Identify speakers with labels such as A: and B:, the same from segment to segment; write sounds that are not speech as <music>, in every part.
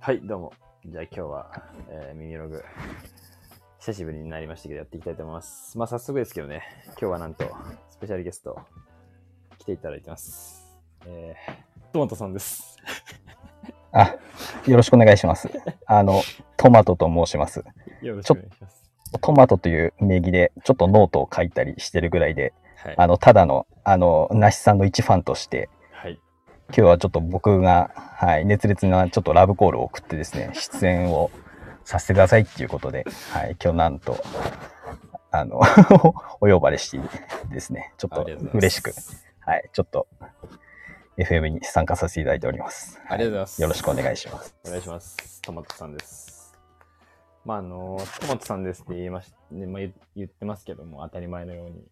A: はい、どうも。じゃあ今日は、えー、耳ログ、久しぶりになりましたけど、やっていきたいと思います。まあ早速ですけどね、今日はなんと、スペシャルゲスト、来ていただいてます。えー、トマトさんです。
B: あ、よろしくお願いします。あの、トマトと申します。
A: よろしくお願いします。
B: トマトという名義で、ちょっとノートを書いたりしてるぐらいで、
A: はい。
B: あの、ただの、あの、梨さんの一ファンとして、
A: はい。
B: 今日はちょっと僕が、はい、熱烈なちょっとラブコールを送ってですね、出演をさせてくださいっていうことで、はい、今日なんと、あの、 <laughs> お呼ばれしてですね、ちょっと嬉しく
A: ありがとうございま、す。
B: はい、ちょっと、FM に参加させていただいております。
A: ありがとうございます。
B: よろしくお願いします。
A: お願いします。トマトさんです。まあ、あの、トマトさんですって言いまし、ねまあ、言言ってますけども、当たり前のように。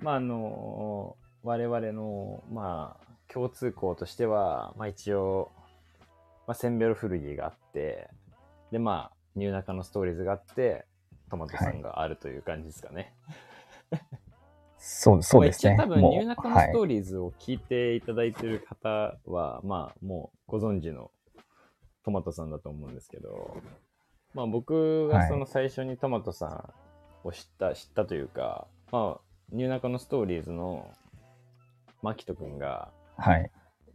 A: まあ、あの、我々の、まあ、共通項としては、まあ、一応、まあ、センベロ古着があって、で、まあ、ニューナカのストーリーズがあって、トマトさんがあるという感じですかね。
B: そうそうですね。
A: まあ一応多分、ニューナカの
B: は
A: ス
B: い
A: トーリーズを聞いていただいてる方は、まあ、もうご存知のトマトさんだと思うんですけど、まあ、僕
B: は
A: が
B: い
A: その最初にトマトさんを知った、知ったというか、まあ、ニューナカのストーリーズのマキト君が、
B: はい。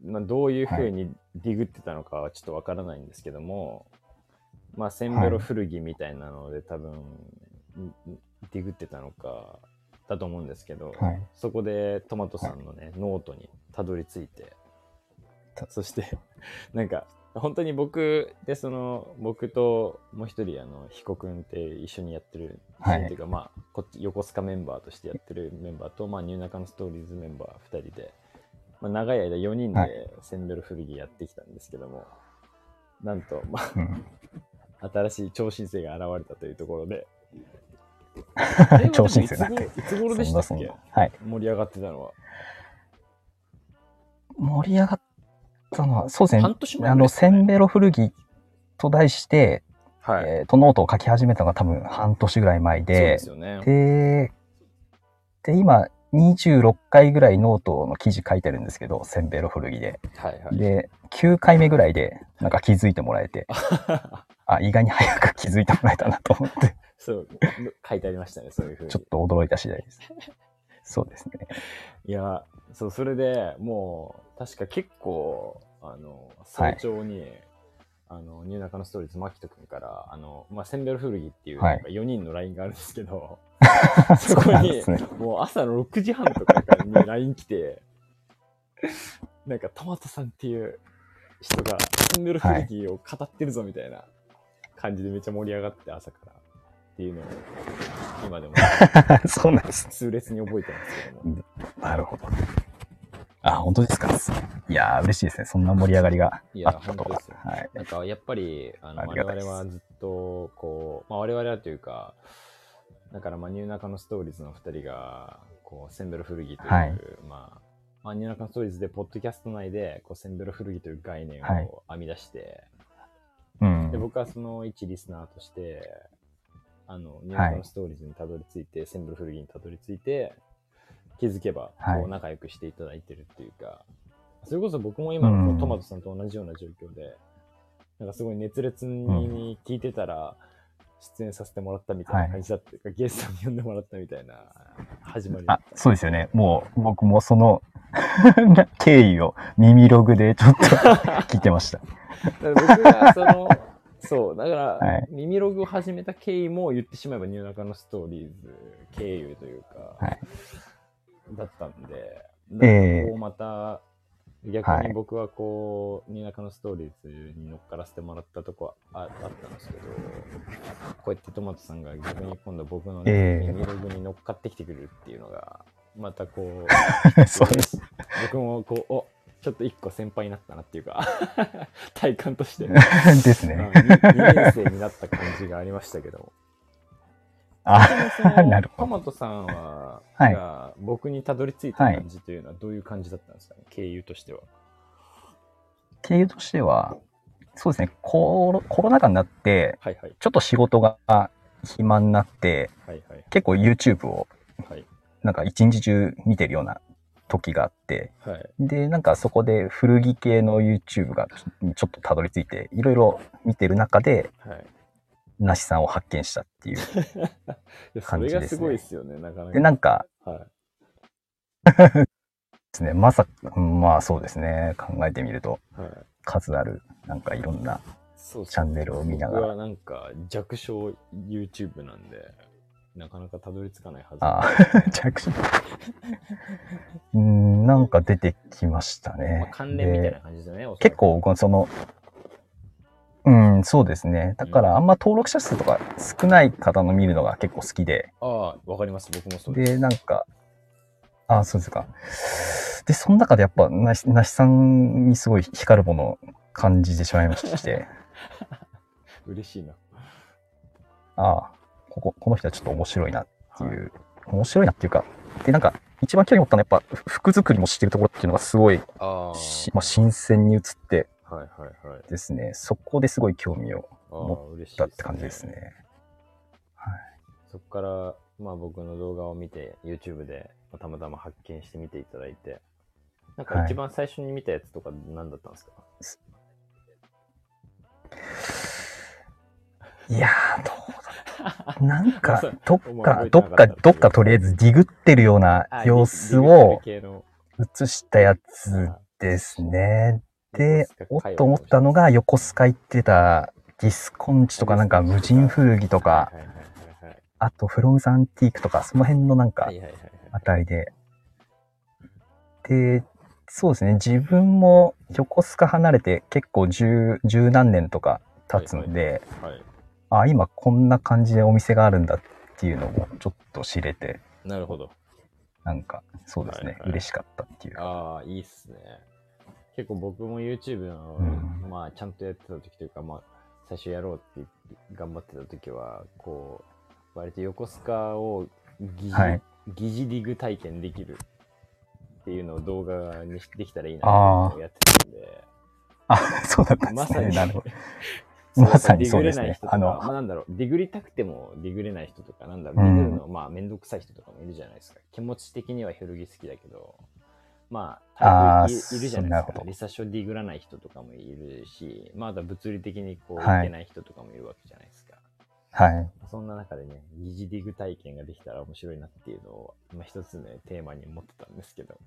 A: まあ、どういうふうにディグってたのかはちょっとわからないんですけども、まあ、センベロ古着みたいなので多分、んディグってたのかだと思うんですけど、
B: はい。
A: そこでトマトさんのね、ノートにたどり着いて <laughs>
B: た
A: そしてなんか本当に僕でその僕ともう一人あの彦君って一緒にやってる、
B: はい
A: っていうかまあこっち横須賀メンバーとしてやってるメンバーと、まあ、ニューナカのストーリーズメンバー2人で、まあ、長い間4人
B: は
A: でセンベロ古着やってきたんですけども、なんと、 <laughs> ま
B: うん
A: あ、新しい超新星が現れたというところで
B: <laughs> 超新星なん
A: あれ
B: て
A: はでもいつ頃いつ頃でしたっ
B: そんな
A: け
B: そんなはい。
A: 盛り上がってたのは
B: 盛り上がったのは、そうですね
A: 半。年前
B: あ
A: ぐらい
B: の、
A: ですか
B: セ
A: ね
B: ンベロ古着と題して、
A: はい、
B: えーと、ノートを書き始めたのが多分半年ぐらい前
A: そう
B: で
A: で、すよね。
B: で、で、今、26回ぐらいノートの記事書いてるんですけど、センベロ古着で。
A: はいはい。
B: で、9回目ぐらいで、なんか気づいてもらえて、あ、意外に早く気づいてもらえたなと思って、
A: <laughs> そう、書いてありましたね、そういうふうに
B: ちょ。っと驚いた次
A: <laughs>
B: 第です。そうですね。 <laughs>
A: いや、そう、それでもう、確か結構、あの、早朝に、あの、ニューナカのストーリーズ、マキト君から、あの、まあ、センベル古着っていう、
B: はい
A: なんか4人の LINE があるんですけど、そ
B: そ
A: こ
B: うなん
A: に
B: ですね。
A: もう朝の6時半とかからに LINE 来て、なんかトマトさんっていう人がセンベル古着を語ってるぞみたいな感じでめっちゃ盛り上がって朝からっていうのを今でも
B: <laughs> そうなんです。
A: 痛烈に覚えてますけども。
B: なるほど。あ、本当ですか。いやー、嬉しいですね。そんな盛り上がりが
A: いや、
B: あった
A: 本
B: と
A: 当で
B: は
A: すよ。。
B: はい。
A: なんかやっぱりあの
B: あり
A: 我
B: がたい
A: 々
B: で
A: は
B: す
A: ずっとこう、まあ、我々はというかだからまあニューナカのストーリーズの2人がこうセンベロ古着という、
B: はい
A: まあまあ、ニューナカのストーリーズでポッドキャスト内でこうセンベロ古着という概念
B: はい
A: を編み出して、
B: う
A: で
B: ん。
A: 僕はその一リスナーとしてあのニューナカのストーリーズにたどり着いて、センベロ古着にたどり着いて気づけば
B: はい
A: こう仲良くしていただいてるっていうか、それこそ僕も今のこう
B: う
A: んトマトさんと同じような状況で、なんかすごい熱烈
B: う
A: に聞いてたら、出演させてもらったみたいな感じだっていうか、ゲストに呼んでもらったみたいな始まりだ
B: あ
A: っ、た
B: そうですよね。もう、僕もその <laughs> 経緯を耳ログでちょっ
A: <laughs>
B: と聞いてました。 <laughs>
A: だから僕がそのそうだから、
B: はい
A: 耳ログを始めた経緯も言ってしまえばニューナカのストーリーズ経由というか、
B: はい
A: だったんでだから
B: え
A: こうまた
B: は
A: 逆に
B: い
A: 僕はこう、ニューナカのストーリーズに乗っからせてもらったとこああったんですけどこうやってトマトさんが逆に今度僕の、ね
B: ええ
A: 耳ログに乗っかってきてくれるっていうのがまたこう。
B: えそうです。
A: 僕もこう、おちょっと一個先輩になったなっていうか、 <laughs> 体感として、
B: ですね。
A: 2年生になった感じがありましたけども。
B: あ、
A: その
B: <laughs> なるほど
A: トマトさんは、
B: はい
A: が僕にたどり着いた感じというのはどういう感じだったんですかね、経由としては。
B: 経由としては、そうですね。コロコロナ禍になって、
A: はいはい。
B: ちょっと仕事が暇になって、
A: はいはい。
B: 結構 YouTube を
A: はい、
B: なんか一日中見てるような時があって、
A: はい。
B: で、なんかそこで古着系の YouTube がちょちょっとたどり着いて、いろいろ見てる中で、
A: はい。
B: なしさんを発見したっていう。
A: いや、それがすごいですよね、なかなか。
B: で、なんか
A: はい。
B: ですね、まさか、まあそうですね、考えてみると、
A: はい。
B: 数ある、なんかいろんな、
A: そう
B: チャンネルを見ながら
A: 僕はなんか弱小 YouTube なんで、なかなかたどり着かないはず。
B: あ <laughs> あ、着信。うんなんか出てきました
A: まあ
B: ね。
A: 関連みたい
B: で
A: な感じですよね。おそらく
B: 結。構、このその、うん、そうですね。だから、あんま登録者数とか少ない方の見るのが結構好きで、
A: ああ、わかります。僕もそうです。
B: で、なんか、ああ、そうですか。で、その中でやっぱ、なし、なしさんにすごい光るものを感じてしまいまして、 <laughs>
A: 嬉しいな。
B: ああ、ここ、この人はちょっと面白いなっていう、面白いなっていうか、で、なんか、一番興味持ったのはやっぱ、ふ服作りもしてるところっていうのがすごい、
A: あ
B: しまあ、新鮮に映って
A: あ、はいはいはい。
B: ですね、そこですごい興味を
A: あ
B: 持
A: あ、嬉しい
B: 持ったって感じです。ね。
A: そこから、まあ僕の動画を見て、YouTube でまあたまたま発見して見ていただいて、なんか一番最初に見たやつとか何だったんですか、
B: いやー、どうだなんか
A: そう、
B: どっ
A: 思い
B: か
A: 覚え、て
B: ど
A: なか
B: っ
A: った
B: か、どっかとりあえずディグってるような
A: あ
B: <laughs> 様子
A: リリ
B: を
A: リリ系の
B: 映したやつ
A: あ
B: ですね。
A: あ
B: で、おっと思ったの
A: は
B: が、横須賀行ってたディスコンチとか、なんか無人古着と
A: いは
B: か、
A: いはいはいはい
B: あとフロムザンティークとか、その辺のなんか
A: は、いはいはいはい。
B: あたりで。で、そうですね、自分も横須賀離れて結構十、十何年とか経つんで、
A: はい。
B: あ、今こんな感じでお店があるんだっていうのもちょっと知れて、
A: なるほど。
B: なんか、そうですね、
A: はいはい
B: 嬉しかったっていうか。
A: ああ、いいっすね。結構僕も YouTube の、
B: うん
A: まあ、ちゃんとやってた時というか、まあ、最初やろうって言って頑張ってた時は、こう、割と横須賀を疑似、
B: はい
A: 疑似リグ体験できるっていうのを動画にできたらいいな
B: あー
A: ってやってたんで、
B: あ、 <laughs> そうだったんで
A: ますさ
B: ね。
A: に
B: なるほど。
A: そう
B: まさに
A: ディグれ
B: そうです
A: な
B: ね
A: い人とか
B: あの
A: まあ、なんだろう、ディグりたくてもディグれない人とか、なんだろう、
B: う
A: ディ
B: ん
A: グるの、まあ、めんどくさい人とかもいるじゃないですか。気持ち的には古着好きだけど、まあ、
B: あ
A: タイ
B: ー
A: プいいるじゃない
B: なる
A: です
B: ほ
A: か。
B: ど
A: リサショディグらない人とかもいるし、まああとは物理的にこう、
B: はい
A: いけない人とかもいるわけじゃないですか。
B: はい。
A: そんな中でね、疑似ディグ体験ができたら面白いなっていうのを、まあ、一つね、テーマに持ってたんですけど。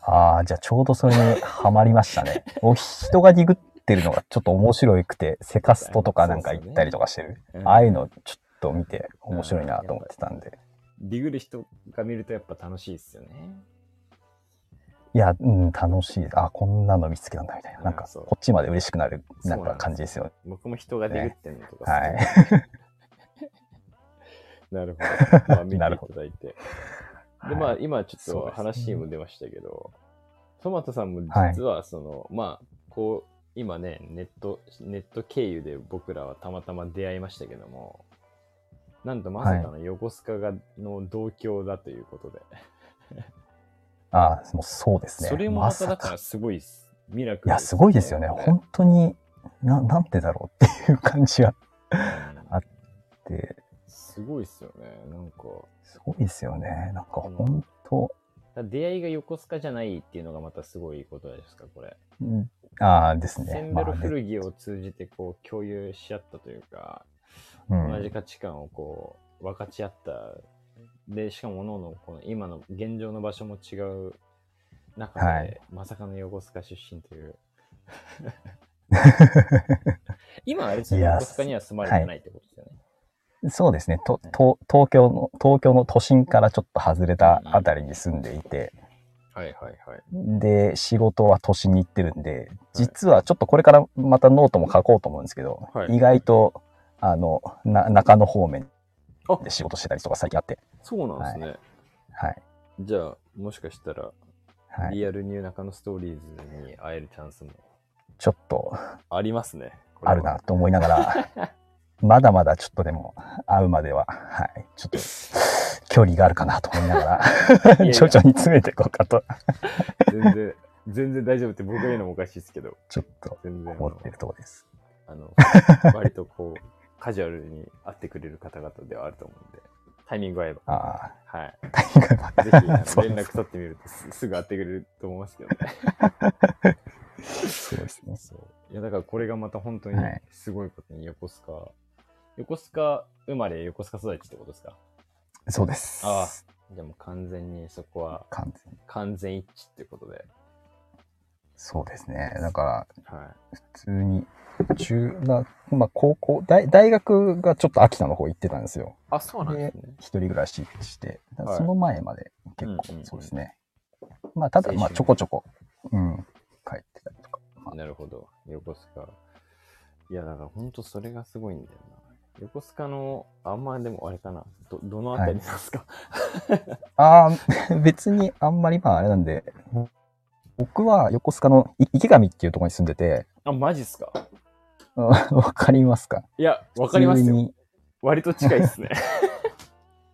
B: ああ、じゃあちょうどそれにハマりまし
A: <laughs>
B: たね。お人がディグってるのがちょっと面白くて、セカストとかなんか行ったりとかしてる。
A: うん
B: ああいうのちょっと見て面白いなと思ってたんで。
A: ディグる人が見るとやっぱ楽しいですよね。
B: いや、うん、楽しい。あ、こんなの見つけたんだみたいな。なん
A: うん
B: か、
A: そう
B: こっちまで嬉しくなる、
A: そうな
B: なんん
A: です
B: か感じですよ。
A: 僕も人がディグってんのとか好き
B: は
A: なんで
B: い。
A: なるほど。まあ、見てい
B: <laughs>
A: ただ
B: なる
A: い
B: ほ
A: て。で、ま
B: は
A: あ、今ちょっ
B: そう
A: と
B: ですね
A: 話にも出ましたけど、トマトさんも
B: はい
A: 実は、その、まあ、こう、今ね、ネット、ネット経由で僕らはたまたま出会いましたけども、なんとまさかの横須賀がの同郷だということで、
B: ああ、もうそうですね。
A: それもま
B: ま
A: た
B: さ
A: だか。
B: から
A: すごいっす、ミラクル、
B: いや、すごいですよね。本当に、な、なんてだろうっていう感じがあ
A: うん
B: あって、
A: すごいっすよね、なんか。
B: すごいですよね。なんか本当、
A: だ出会いが横須賀じゃないっていうのがまたすごいことですか、これ。
B: うんああです
A: セ
B: ね。
A: ンベロ古着を通じてこう共有し合ったというか、
B: まあね
A: 同じ価値観をこう分かち合った。で、しかも各々この今の現状の場所も違う中で、
B: はい
A: まさかの横須賀出身と
B: <laughs>
A: いう。今あれですよね
B: いや
A: 横須賀には住まれてないってことですよね。
B: うんそうですねとと東京の。東京の都心からちょっと外れたあたりに住んでいて、
A: はいはいはい。
B: で、仕事は都心に行ってるんで、実はちょっとこれからまたノートも書こうと思うんですけど、
A: はい
B: 意外と、あの、な中野方面
A: あ
B: で仕事してたりとか最近あって、
A: そうなんですね。
B: はい。
A: じゃあ、もしかしたら、
B: はい、
A: リアルニューナカのストーリーズに会えるチャンスも
B: ちょっと
A: ありますね。これは
B: あるなと思いなが <laughs> ら、まだまだちょっとでも会うまでは、はい、ちょっと距離があるかなと思いながら、
A: いやいや
B: <laughs> 徐々に詰めていこうかと、
A: 全然、全然大丈夫って僕が言うのもおかしいですけど、
B: ちょっと
A: 全然あ
B: 思
A: の
B: ってるところです。 <laughs>
A: あの、割とこう、カジュアルに会ってくれる方々ではあると思うんで、タイミングが合えば。
B: あ <laughs>
A: はい。
B: あ、タイミングが
A: <laughs> ぜひ、あの
B: <laughs> そう
A: 連絡取ってみるとす <laughs> すぐ当てくれると思いますけどね。
B: そうですね。
A: そう。いや、だからこれがまた本当に
B: はい
A: すごいことに横須賀、横須賀生まれ、横須賀育ちってことですか
B: そうです。
A: あでも完全にそこは
B: 完全に。
A: 完全一致ってことで。
B: そうですね。だから、
A: は
B: 普通に、中、なまあ、高校大、大学がちょっと秋田の方行ってたんですよ。
A: い。あ、そうなんですね。
B: 一人暮らしして、だか
A: は
B: ら
A: い
B: その前まで結
A: うんうんう
B: 構
A: ん
B: そうですね。まあ、ただ、
A: 青春
B: まあ、ちょこちょこ、うん、帰ってたりとか。
A: なるほど。横須賀。いや、だから本当それがすごいんだよな。横須賀の、あんまでもあれかな。ど、どのあたりなんですか、
B: ああ、 <laughs> 別にあんまり、まあ、あれなんで、僕は横須賀のい池上っていうところに住んでて、
A: あ、マジっすか
B: うんわかりますか
A: いや、わかります
B: 普通
A: よ。
B: に
A: 割と近いっ
B: <laughs>
A: すね。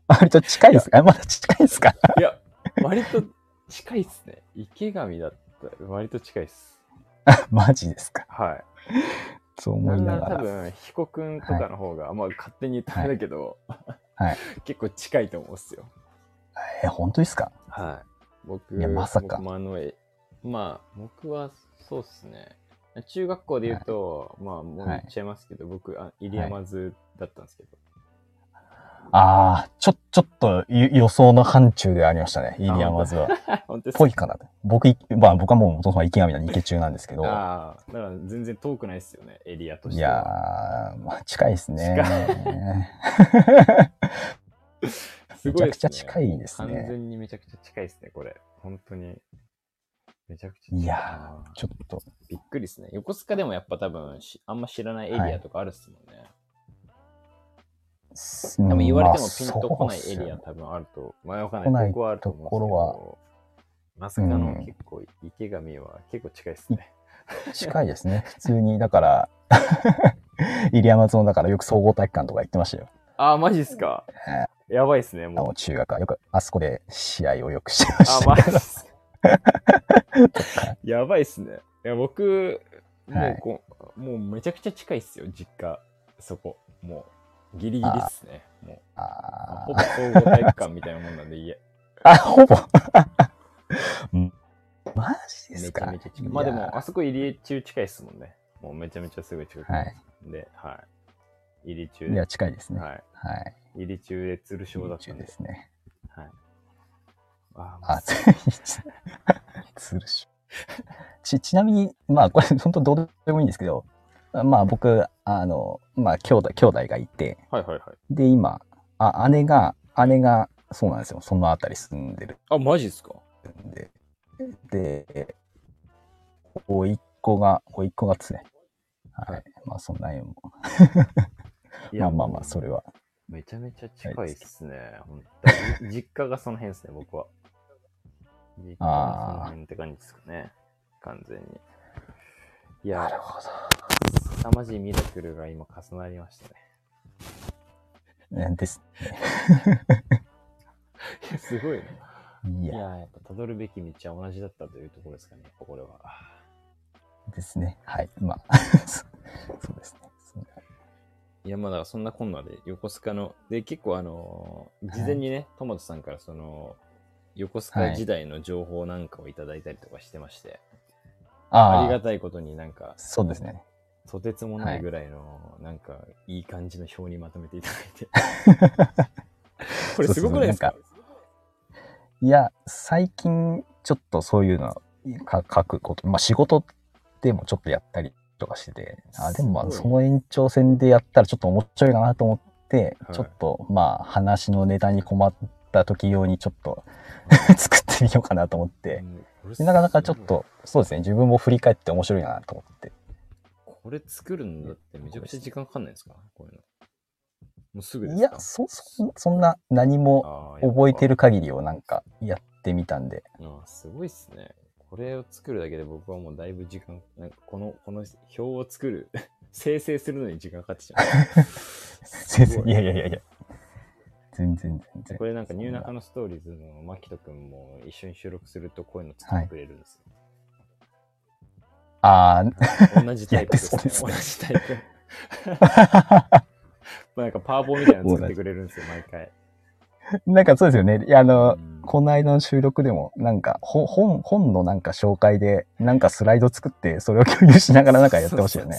B: 割と近いですかまだ近いですか
A: いや、割と近いっすね。池上だったら割と近いっす。
B: <laughs> マジですか
A: は
B: そう
A: い。
B: 思
A: ないんな
B: な
A: ら
B: が
A: 多
B: ら。
A: 分、彦くんとかの方が、まあ勝手に言ったんだけど、
B: はい
A: <laughs> 結構近いと思うっすよ。
B: え、本当ですか
A: はい。僕、
B: いやまさか
A: 僕もあのえまあ、僕はそうっすね。中学校で言うと、まあ、もう言っちゃいますけど、僕、あ入山津だったんですけど。
B: ああ、ちょ、ちょっとゆ予想の範疇でありましたね。イリアマズは。
A: 本当です
B: ぽ
A: か
B: いかな。僕、いまあ僕はもう元々は池上の池中なんですけど、
A: ああ、だから全然遠くないっすよね、エリアとし
B: い
A: て
B: や
A: は。
B: ー、まあ近いですね。 <laughs>
A: すごいっすね
B: めちゃくちゃ近いですね
A: 完全にめちゃくちゃ近いですね、これ。本当に。めちゃくちゃ近
B: いやー、ちょっと、
A: びっくりですね。横須賀でもやっぱ多分し、あんま知らないエリアとかあるっすもんね。
B: す
A: 多分言われても
B: まあ
A: ピンとこない
B: そう
A: エ
B: っすよ
A: リア
B: ね
A: 多分あると、まあわかんな。
B: 来ないい
A: 僕はあると思うんですけど。
B: とこ
A: まさかの
B: うん
A: 結構池上は結構近いですね。
B: 近いですね。普通に、だから、 <laughs> イリアマズの、だからよく総合体育館とか行ってましたよ。
A: ああ、マジっすか。やばいっすね、
B: あの
A: もう。
B: 中学はよく、あそこで試合をよくしてま
A: あ
B: し、た
A: マ
B: ね。
A: ジっすか。 <laughs> やばいっすね。いや、僕、も
B: は
A: う
B: い
A: こう、もうめちゃくちゃ近いっすよ、実家。そこ。もう、ギリギリっすね。もう、
B: あ
A: ほ
B: ー
A: ぼ総合体育館みたいなもんなんで、家。
B: あ、ほ <laughs> ぼ。うんマジで
A: め
B: す
A: ちゃ
B: か
A: めちゃ近い。まあで
B: いや
A: も、あそこ入り中近いっすもんね。もうめちゃめちゃすぐ近く
B: はい
A: なんで、はい。入り中
B: ーいや、近いですね。は
A: はい。
B: い。
A: 入り中で鶴賞だったん
B: で
A: です。
B: すね。
A: はい。あー、ま
B: あ、 <laughs> つつるし。ち、ちなみに、まあ、これ、本当どうでもいいんですけど、まあ、僕、あの、まあ、兄弟、兄弟がいて、
A: あ、はいはいはい。
B: で、今、あ、姉が、姉が、そうなんですよ。そのあたり住んでる
A: あ、マジっすか
B: んで。で、甥っ子が、甥っ子がですね。はい。まあ、そんなにも。
A: い
B: まあまあまあ、それは。
A: めちゃめちゃ近いっすね。本当に実家がその辺っすね、僕は。実家がその辺って感じですかね。完全に。いや、
B: ほど。
A: 凄まじいミラクルが今重なりましたね。
B: ねです。
A: いやすごいね。
B: い
A: いや
B: や、
A: ー、やっぱ辿るべき道は同じだったというところですかね、やっぱこれは。
B: ですね。はい。まあ、 <laughs> そそうですね。そんない
A: や、まあだからそんなこんなで、横須賀の、で、結構あのー事前にね、トマトさんからその、横須賀時代の情報なんかをいただいたりとかしてまして、
B: あ
A: あ
B: あ
A: りがたいことになんか、
B: そうですね。
A: とてつもないぐらいの、なんか、いい感じの表にまとめていただいて。 <laughs> これすごくないですか
B: そういや、最近、ちょっとそういうのか書くこと、まあ仕事でもちょっとやったりとかしてて、あでもまあ
A: す
B: そ
A: ご
B: の延長線でやったらちょっと面白いかなと思って、
A: はい
B: ちょっとまあ話のネタに困った時用にちょっと <laughs> 作ってみようかなと思って、
A: うんこれ
B: でなかなかちょっ
A: すごい
B: と、そうですね、自分も振り返って面白いなと思って。
A: これ作るんだってめちゃくちゃ時間かかんないですかこういうの。もうすぐです
B: い
A: か
B: や、そ、そそんな何も
A: あーやっぱ
B: 覚えてる限りをなんかやってみたんで、
A: ああすごいっすね。これを作るだけで僕はもうだいぶ時間、なんかこの、この表を作る、 <laughs> 生成するのに時間かかってしまう。
B: 先
A: す
B: 生
A: ご、
B: いやいやいやいや。全然全然。
A: これなんかニューナカのストーリーズのマキト君も一緒に収録するとこういうの作ってくれるんですよ。
B: あ
A: 同じタイプですね。
B: やってそう
A: 同
B: で
A: じタイ <laughs> プ。なんかパワーボーみたいなの作ってくれるんですよ、毎回。
B: <laughs> なんかそうですよね。いや、あの、
A: うん
B: この間の収録でも、なんか、ほ本、本のなんか紹介で、なんかスライド作って、それを共有しながらなんかやってましたよね。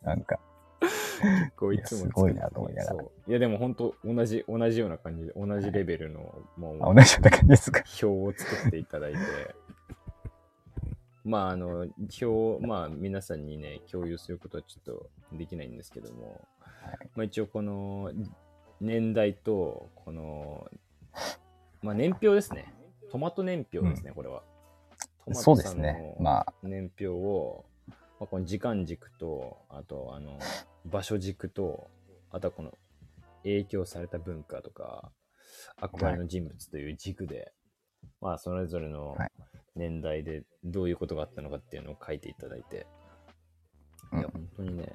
B: なんか、
A: 結構いつも
B: いやすごいなと思いながら
A: そういやでも本当同じ同じような感じで同じレベルの、もう
B: あ同じような感じですか。
A: 表を作っていただいて、まあ、あの、表を、まあ、皆さんにね、共有することはちょっとできないんですけども、まあ、一応、この、年代と、この、まあ、年表ですね。トマト年表ですね、これは。トマ
B: そう
A: ト
B: で
A: さ
B: す
A: んの
B: ね。まあ、
A: 年表を、まあ、この時間軸と、あと、あの、場所軸と、あとはこの、影響された文化とか、憧れの人物という軸で、まあ、それぞれの
B: はい
A: 年代でどういうことがあったのかっていうのを書いていただいて、
B: うん
A: いや、本当にね、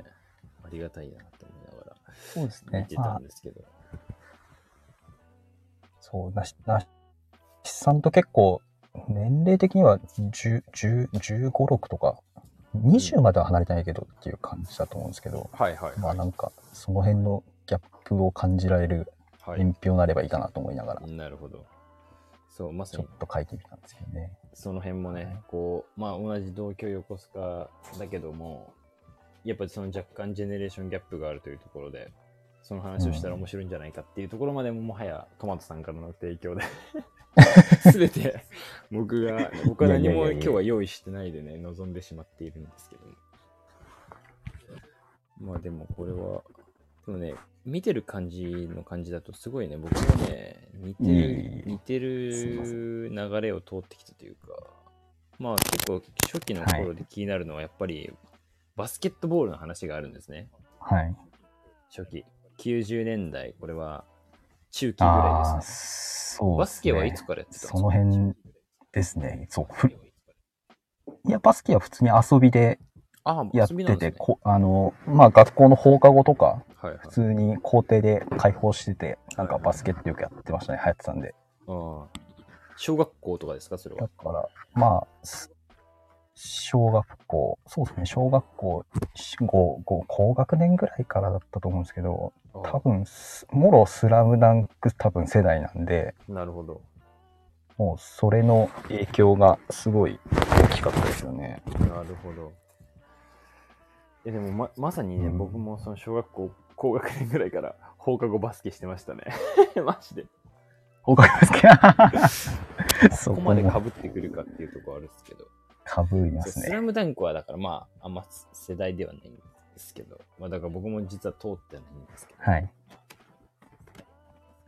A: ありがたいなと思いながら
B: そうです
A: 見てたんですけど、
B: そう、なし、なしさんと結構、年齢的には10、10、15、6とか、20までは離れてないけどっていう感じだと思うんですけど、
A: はいはい
B: まあ
A: はい。
B: なんか、その辺のギャップを感じられる
A: は
B: 年表になればいいかなと思いながら、
A: い、なるほど。そう、まさ
B: ちょ
A: に
B: っと書いてみたんですけどね。
A: その辺もね、
B: はい
A: こう、まあ同じ同居横須賀だけども、やっぱりその若干ジェネレーションギャップがあるというところで、その話をしたら面白いんじゃないかっていうところまでも、もはやトマトさんからの提
B: <laughs>
A: 供で、すべて僕が、僕は何
B: いやいやいや
A: も
B: い
A: 今
B: や
A: 日は用意してないでね、望んでしまっているんですけども。まあでもこれは、でもね、見てる感じの感じだとすごいね、僕はね、似て
B: いえいえい
A: る
B: え、
A: 似て
B: すいませ
A: る流れを通ってきたというか、まあ結構初期の頃で気になるのはやっぱりバスケットボールの話があるんですね。
B: はい。
A: 初期。90年代、これは中期ぐらいです
B: あ
A: ね
B: あー、。そう
A: バ
B: ですね。
A: スケはいつからやってた
B: その辺ですね。そう。 <laughs> ふ
A: 辺。
B: いや、バスケは普通に遊びで
A: ああ、
B: やっ
A: 遊び
B: て
A: な
B: て、
A: んですね
B: こあの、まあ学校の放課後とか、
A: はいはい
B: 普。通に校庭で開放してて、な
A: は
B: んか
A: いはい
B: バスケットよくやってましたね、流行ってたんで。
A: ああ小学校とかですか、それ
B: だ
A: は。
B: から、まあ、す小学校、そうですね、小学校、5、5、高学年ぐらいからだったと思うんですけど、多分、すもろスラムダンク多分世代なんで、
A: ああなるほど。
B: もうそれの影響がすごい大きかったですよね。
A: なるほど。いやでもままさにね、
B: うん
A: 僕もその小学校高学年ぐらいから放課後バスケしてましたね。 <laughs> マジで。
B: 放課後バス
A: <laughs>
B: ケそ
A: こ
B: こ
A: こまで
B: も
A: かぶってくるかっていうところあるんですけど。
B: かぶります
A: そうス
B: ね。
A: ラムダンクはだからまあ、あんま世代ではないんですけど、まあだから僕も実は通ってないんですけど、
B: はい。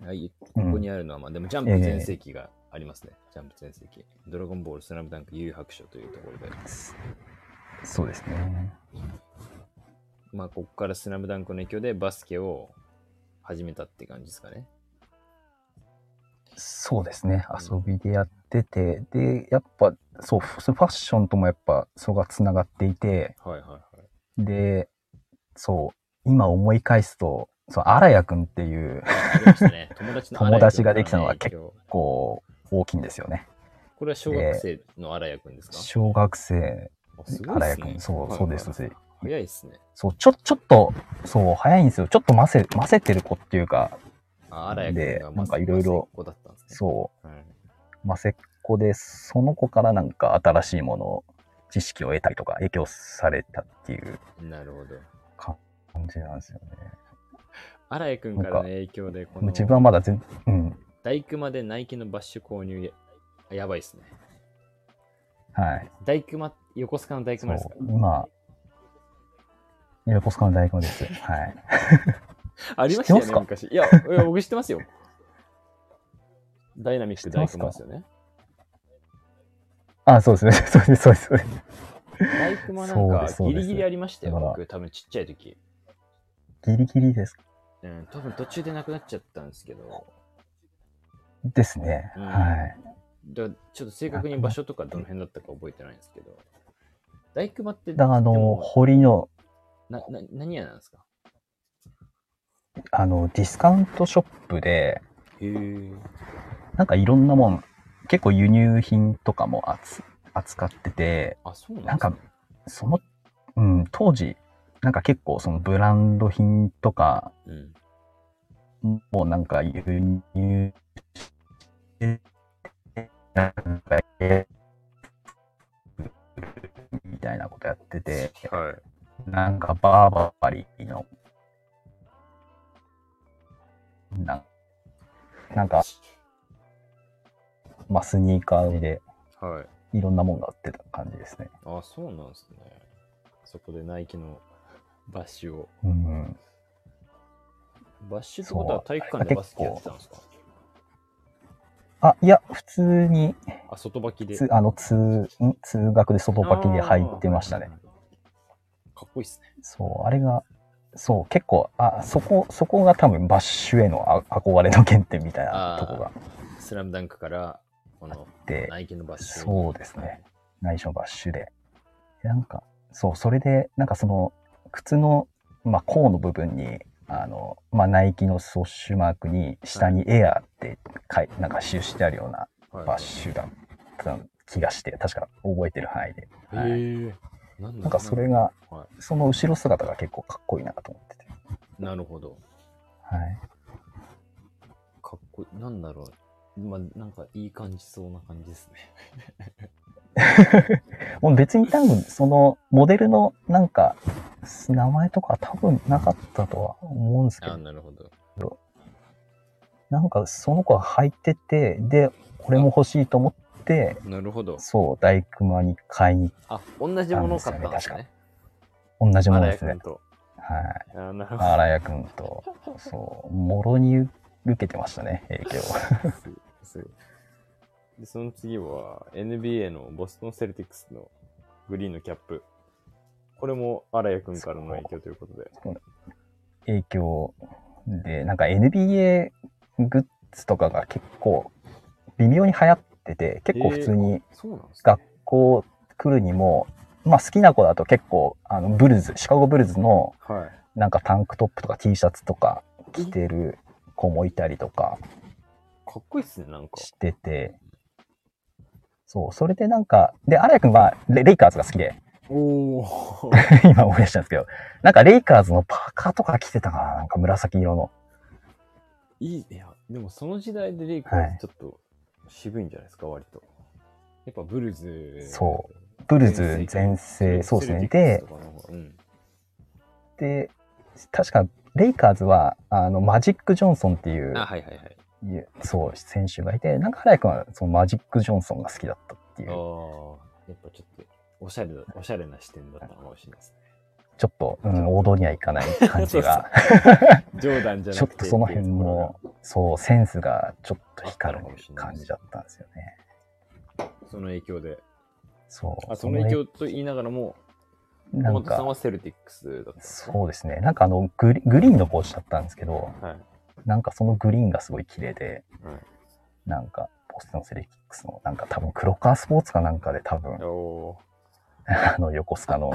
A: ああいう
B: う
A: ここ
B: ん、
A: にあるのは、まあでもジャンプ
B: ええ
A: 全盛期がありますね。ジャンプ全盛期。ドラゴンボール、スラムダンク、悠白書というところで。
B: そうですね。
A: まあ、ここからスラムダンクの影響でバスケを始めたって感じですかね。
B: そうですね。
A: う
B: 遊びでやってて、で、やっぱ、そう、フファッションともやっぱ、そこがつながっていて、
A: はいはいはい。
B: で、そう、今思い返すと、そう、荒谷くんっていう、 <laughs>
A: ありましたね友達の荒谷君
B: 友達ができたのは結
A: 構。
B: こう、大きいんですよね。
A: これは小学生の荒谷くんですか、
B: 小学生、
A: あすごい
B: 荒
A: です
B: 谷
A: ね。
B: くん、そう、そうです、そうです。
A: 早いですね。
B: そう、ちょ、ちょっと、そう、早いんですよ。ちょっと混ぜ、混ぜてる子っていうか、
A: あ荒谷くん
B: で
A: が
B: なんかいろいろ
A: こだったんですね。
B: そう、
A: はい
B: ませっ子で、その子からなんか新しいもの、知識を得たりとか、影響されたっていう
A: なるほど。
B: 感じなんですよね。
A: 荒谷くんからの影響で、この
B: 自分はまだ全、うん、
A: 大熊でナイキのバッシュ購入やあやばいですね。
B: はい。
A: 大熊、横須賀の大
B: そ
A: 熊
B: う
A: ですか、
B: 今、横須賀の大学です。はい。
A: ありましたよ
B: 知
A: ね、
B: って
A: 昔。いや、いや僕知ってますよ。ダイナミック大熊ですよね。
B: あ、そうですね。 <laughs> そうです、そうです。そうです
A: 大熊なん
B: そうで
A: か
B: すそう
A: ギ
B: です
A: リギリありましたよ、
B: だから
A: 僕、多分ちっちゃい時。
B: ギリギリです。
A: うん、多分途中でなくなっちゃったんですけど、
B: ですね。
A: うん
B: はい。
A: だからちょっと正確に場所とかどの辺だったか覚えてないんですけど、大熊って、
B: だから、あ
A: で
B: の、
A: も
B: 堀の、
A: なな何屋なんですか
B: あの、ディスカウントショップで、
A: へえ。
B: なんかいろんなもん、結構輸入品とかもあつ扱ってて、
A: あ、そうな
B: なんん
A: です
B: か
A: ね。、
B: その、うん、当時、なんか結構そのブランド品とか
A: うん。
B: もうなんか輸入して、なんか、みたいなことやってて、
A: はい。
B: なんかバーバリーの、なんなんか、まあ、スニーカーで
A: はい。
B: いろんなもんが売ってた感じですね。
A: あ、そうなんですね。そこでナイキのバッシュを。
B: うん、
A: バッシュってことは体育館でバスケやってたんですか
B: あ、いや、普通に、
A: あ、外履きで。
B: つあの通ん通学で外履きで履いてましたね。
A: かっこいいっすね。
B: そう、あれが、そう、結構、あ、そこ、そこが多分バッシュへのあ憧れの原点みたいなとこがあ
A: スラムダンクから、この、
B: って、
A: ナイキのバッシュ。
B: そうですね。内緒バッシュで。なんか、そう、それで、なんかその、靴の、まあ、甲の部分に、あの、まあ、ナイキのソッシュマークに、下にエアーって書い、なんか刺繍してあるような
A: はい。
B: バッシュだった気がして、確か覚えてる範囲で。はい
A: へえ。なんだ
B: なんかそれ。が、
A: は
B: その後ろ姿が結構かっこいいなと思ってて。
A: い。なるほど。
B: はい。
A: かっこいい。なんだろう。まあ、なんかいい感じそうな感じですね。
B: もう別に多分、その、モデルの、なんか、名前とか多分なかったとは思うんですけど
A: あ、なるほど。
B: なんかその子は履いてて、で、これも欲しいと思って、
A: なるほど。
B: そう、大熊に買いに、
A: あ、同じものを買ったんです
B: なん
A: ね。
B: 同じもの
A: 荒
B: で
A: 井
B: す
A: 君
B: ね。
A: と。
B: はい。
A: あーなるほど。
B: 荒谷くんと、そう、もろに受けてましたね、影響を。
A: すすごいで、その次は NBA のボストンセルティックスのグリーンのキャップ。これも荒谷君からの影響ということで。
B: 影響で、なんか NBA グッズとかが結構、微妙に流行ってて、結構普通に
A: そうなんですか、
B: 学校来るにも、まあ好きな子だと結構、あの、ブルズ、シカゴブルズの、
A: はい。
B: なんかタンクトップとか T シャツとか着てる子もいたりとか
A: かっこいいっすね、なんか。
B: してて、そう、それでなんか、で、荒谷くんはレレイカーズが好きで、 <laughs>
A: おお。
B: 今思い出したんですけど、なんかレイカーズのパーカーとか着てたかな、なんか紫色の。
A: いい、いや、でもその時代でレイカーズちょっと渋いんじゃないですか、割と。やっぱブルズ。
B: そブルズ全盛、そうですね。で、
A: うん、
B: で、確かレイカーズは、あの、マジック・ジョンソンっていう、
A: あ、はいはいはい。
B: いうそう、選手がいて、なんか荒谷くんはそのマジック・ジョンソンが好きだったってい
A: ああ
B: う、
A: ー、やっぱちょっと、おしゃれだ、おしゃれな視点だったのかもしれないですね。
B: ちょっと、うん、王道にはいかない感
A: <laughs>
B: じが。
A: ジョーダンじゃな
B: ちょっ
A: くて
B: とその辺も、そう、センスがちょっと光る感じだったんですよね。
A: その影響で。
B: そう。
A: あ、その影響と言いながらも、
B: そのな
A: 山
B: ん
A: 本さん
B: か、
A: はセルティックスだったんですね。
B: そうですね。なんかあのグリ、グリーンの帽子だったんですけど、
A: はい。
B: なんかそのグリーンがすごい綺麗で、
A: はい
B: なんか、ボストンセレキックスの、なんか多分、黒川スポーツかなんかで多分、
A: おお
B: あの、横須賀
A: <laughs>
B: の、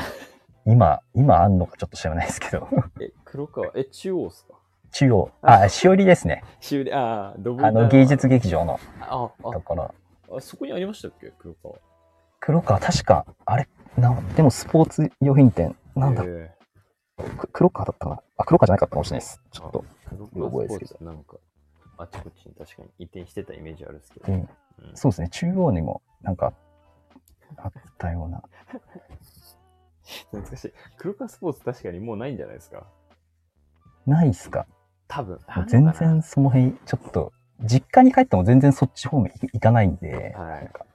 B: 今、今あんのかちょっと知らないですけど、
A: ー。え、黒川、え、中央っすか
B: 中央、あ、しおりですね。
A: 修理、ああ、ドブ
B: あの、芸術劇場の
A: ああ、
B: ところ。
A: あそこにありましたっけ黒川。
B: 黒川、確か、あれ、な、でもスポーツ用品店、なんだ
A: え
B: く黒川だったかなあ、黒川じゃなかったかもしれないです。ちょっと。
A: ー黒
B: うろ覚
A: 川
B: え
A: スポ
B: で
A: ー
B: す
A: ツなんか、あちこちに確かに移転してたイメージあるんですけ
B: う
A: ど。
B: ん、
A: うん
B: そうですね、中央にもなんかあったような。
A: 懐かしい。黒川スポーツ確かにもうないんじゃないですか。
B: ないっすか
A: 多分。
B: もう全
A: あんの
B: 然その辺、ちょっと、実家に帰っても全然そっち方面行かないんで、
A: かな。は
B: なん
A: い。
B: か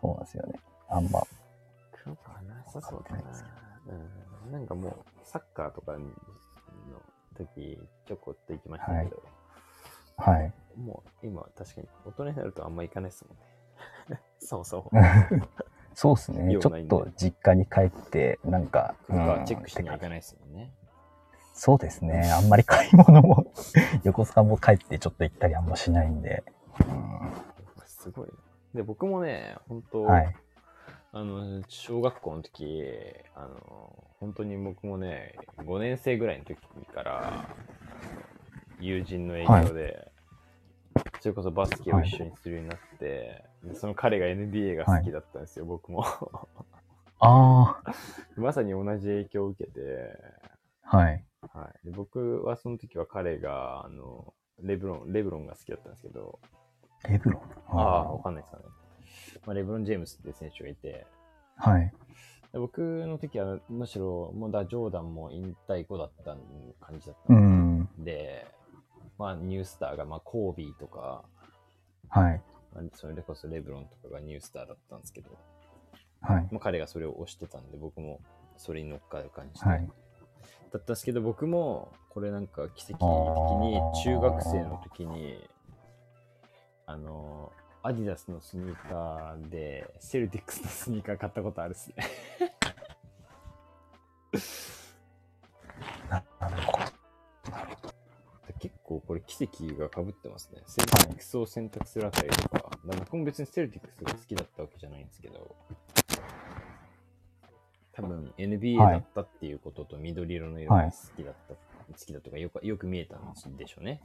B: そうなんですよね。あんま、
A: 黒川なさそうだな。うん。なんかもう、サッカーとかの時、ちょこっと行きましたけど、
B: はい。
A: もう今確かに大人になるとあんま行かないですもんね。 <laughs> そうそう。
B: そうっすね。
A: 用
B: ちょ
A: ない
B: っ
A: んで
B: と実家に帰って、なんか、
A: 黒
B: う
A: 川
B: ん
A: チェックしには行かないですもんね。
B: そうですね。あんまり買い物も、 <laughs> 横須賀も帰ってちょっと行ったりあんましないんで。うん
A: すごいな。で、僕もね、本当、
B: はい。
A: あの、小学校の時、あの、本当に僕もね、5年生ぐらいの時から、友人の影響で、それこそバスケを一緒にするようになって、でその彼が NBA が好きだったんですよ、僕も。 <laughs>
B: あ
A: まさに同じ影響を受けて、
B: あ、はい。
A: はい、で僕はその時は彼が、あの、レブロン、レブロンが好きだったんですけど、
B: レブロン
A: ああー、わかんないですかね。まあ、レブロン・ジェームスっていう選手がいて、
B: あ。はい。
A: で僕の時はむしろ、もうだジョーダンも引退後だった感じだった
B: うんん。
A: で、まあ、ニュースターが、まあ、コービーとか、
B: はい。
A: まあそれこそレブロンとかがニュースターだったんですけど、
B: はい。 <laughs>
A: まあ、彼がそれを推してたんで、僕もそれに乗っかる感じで、
B: はい。
A: だったんですけど、僕もこれなんか奇跡的に、中学生の時に、あの、アディダスのスニーカーで、セルティックスのスニーカー買ったことあるっすね。
B: <laughs> ななるほど。
A: 結構これ奇跡が被ってますね。セルティックスを選択するあたりとか。だから僕も別にセルティックスが好きだったわけじゃないんですけど、多分 NBA
B: はい
A: だったっていうことと緑色の色が好きだった、好きだとかよくよく見えたんでしょうね。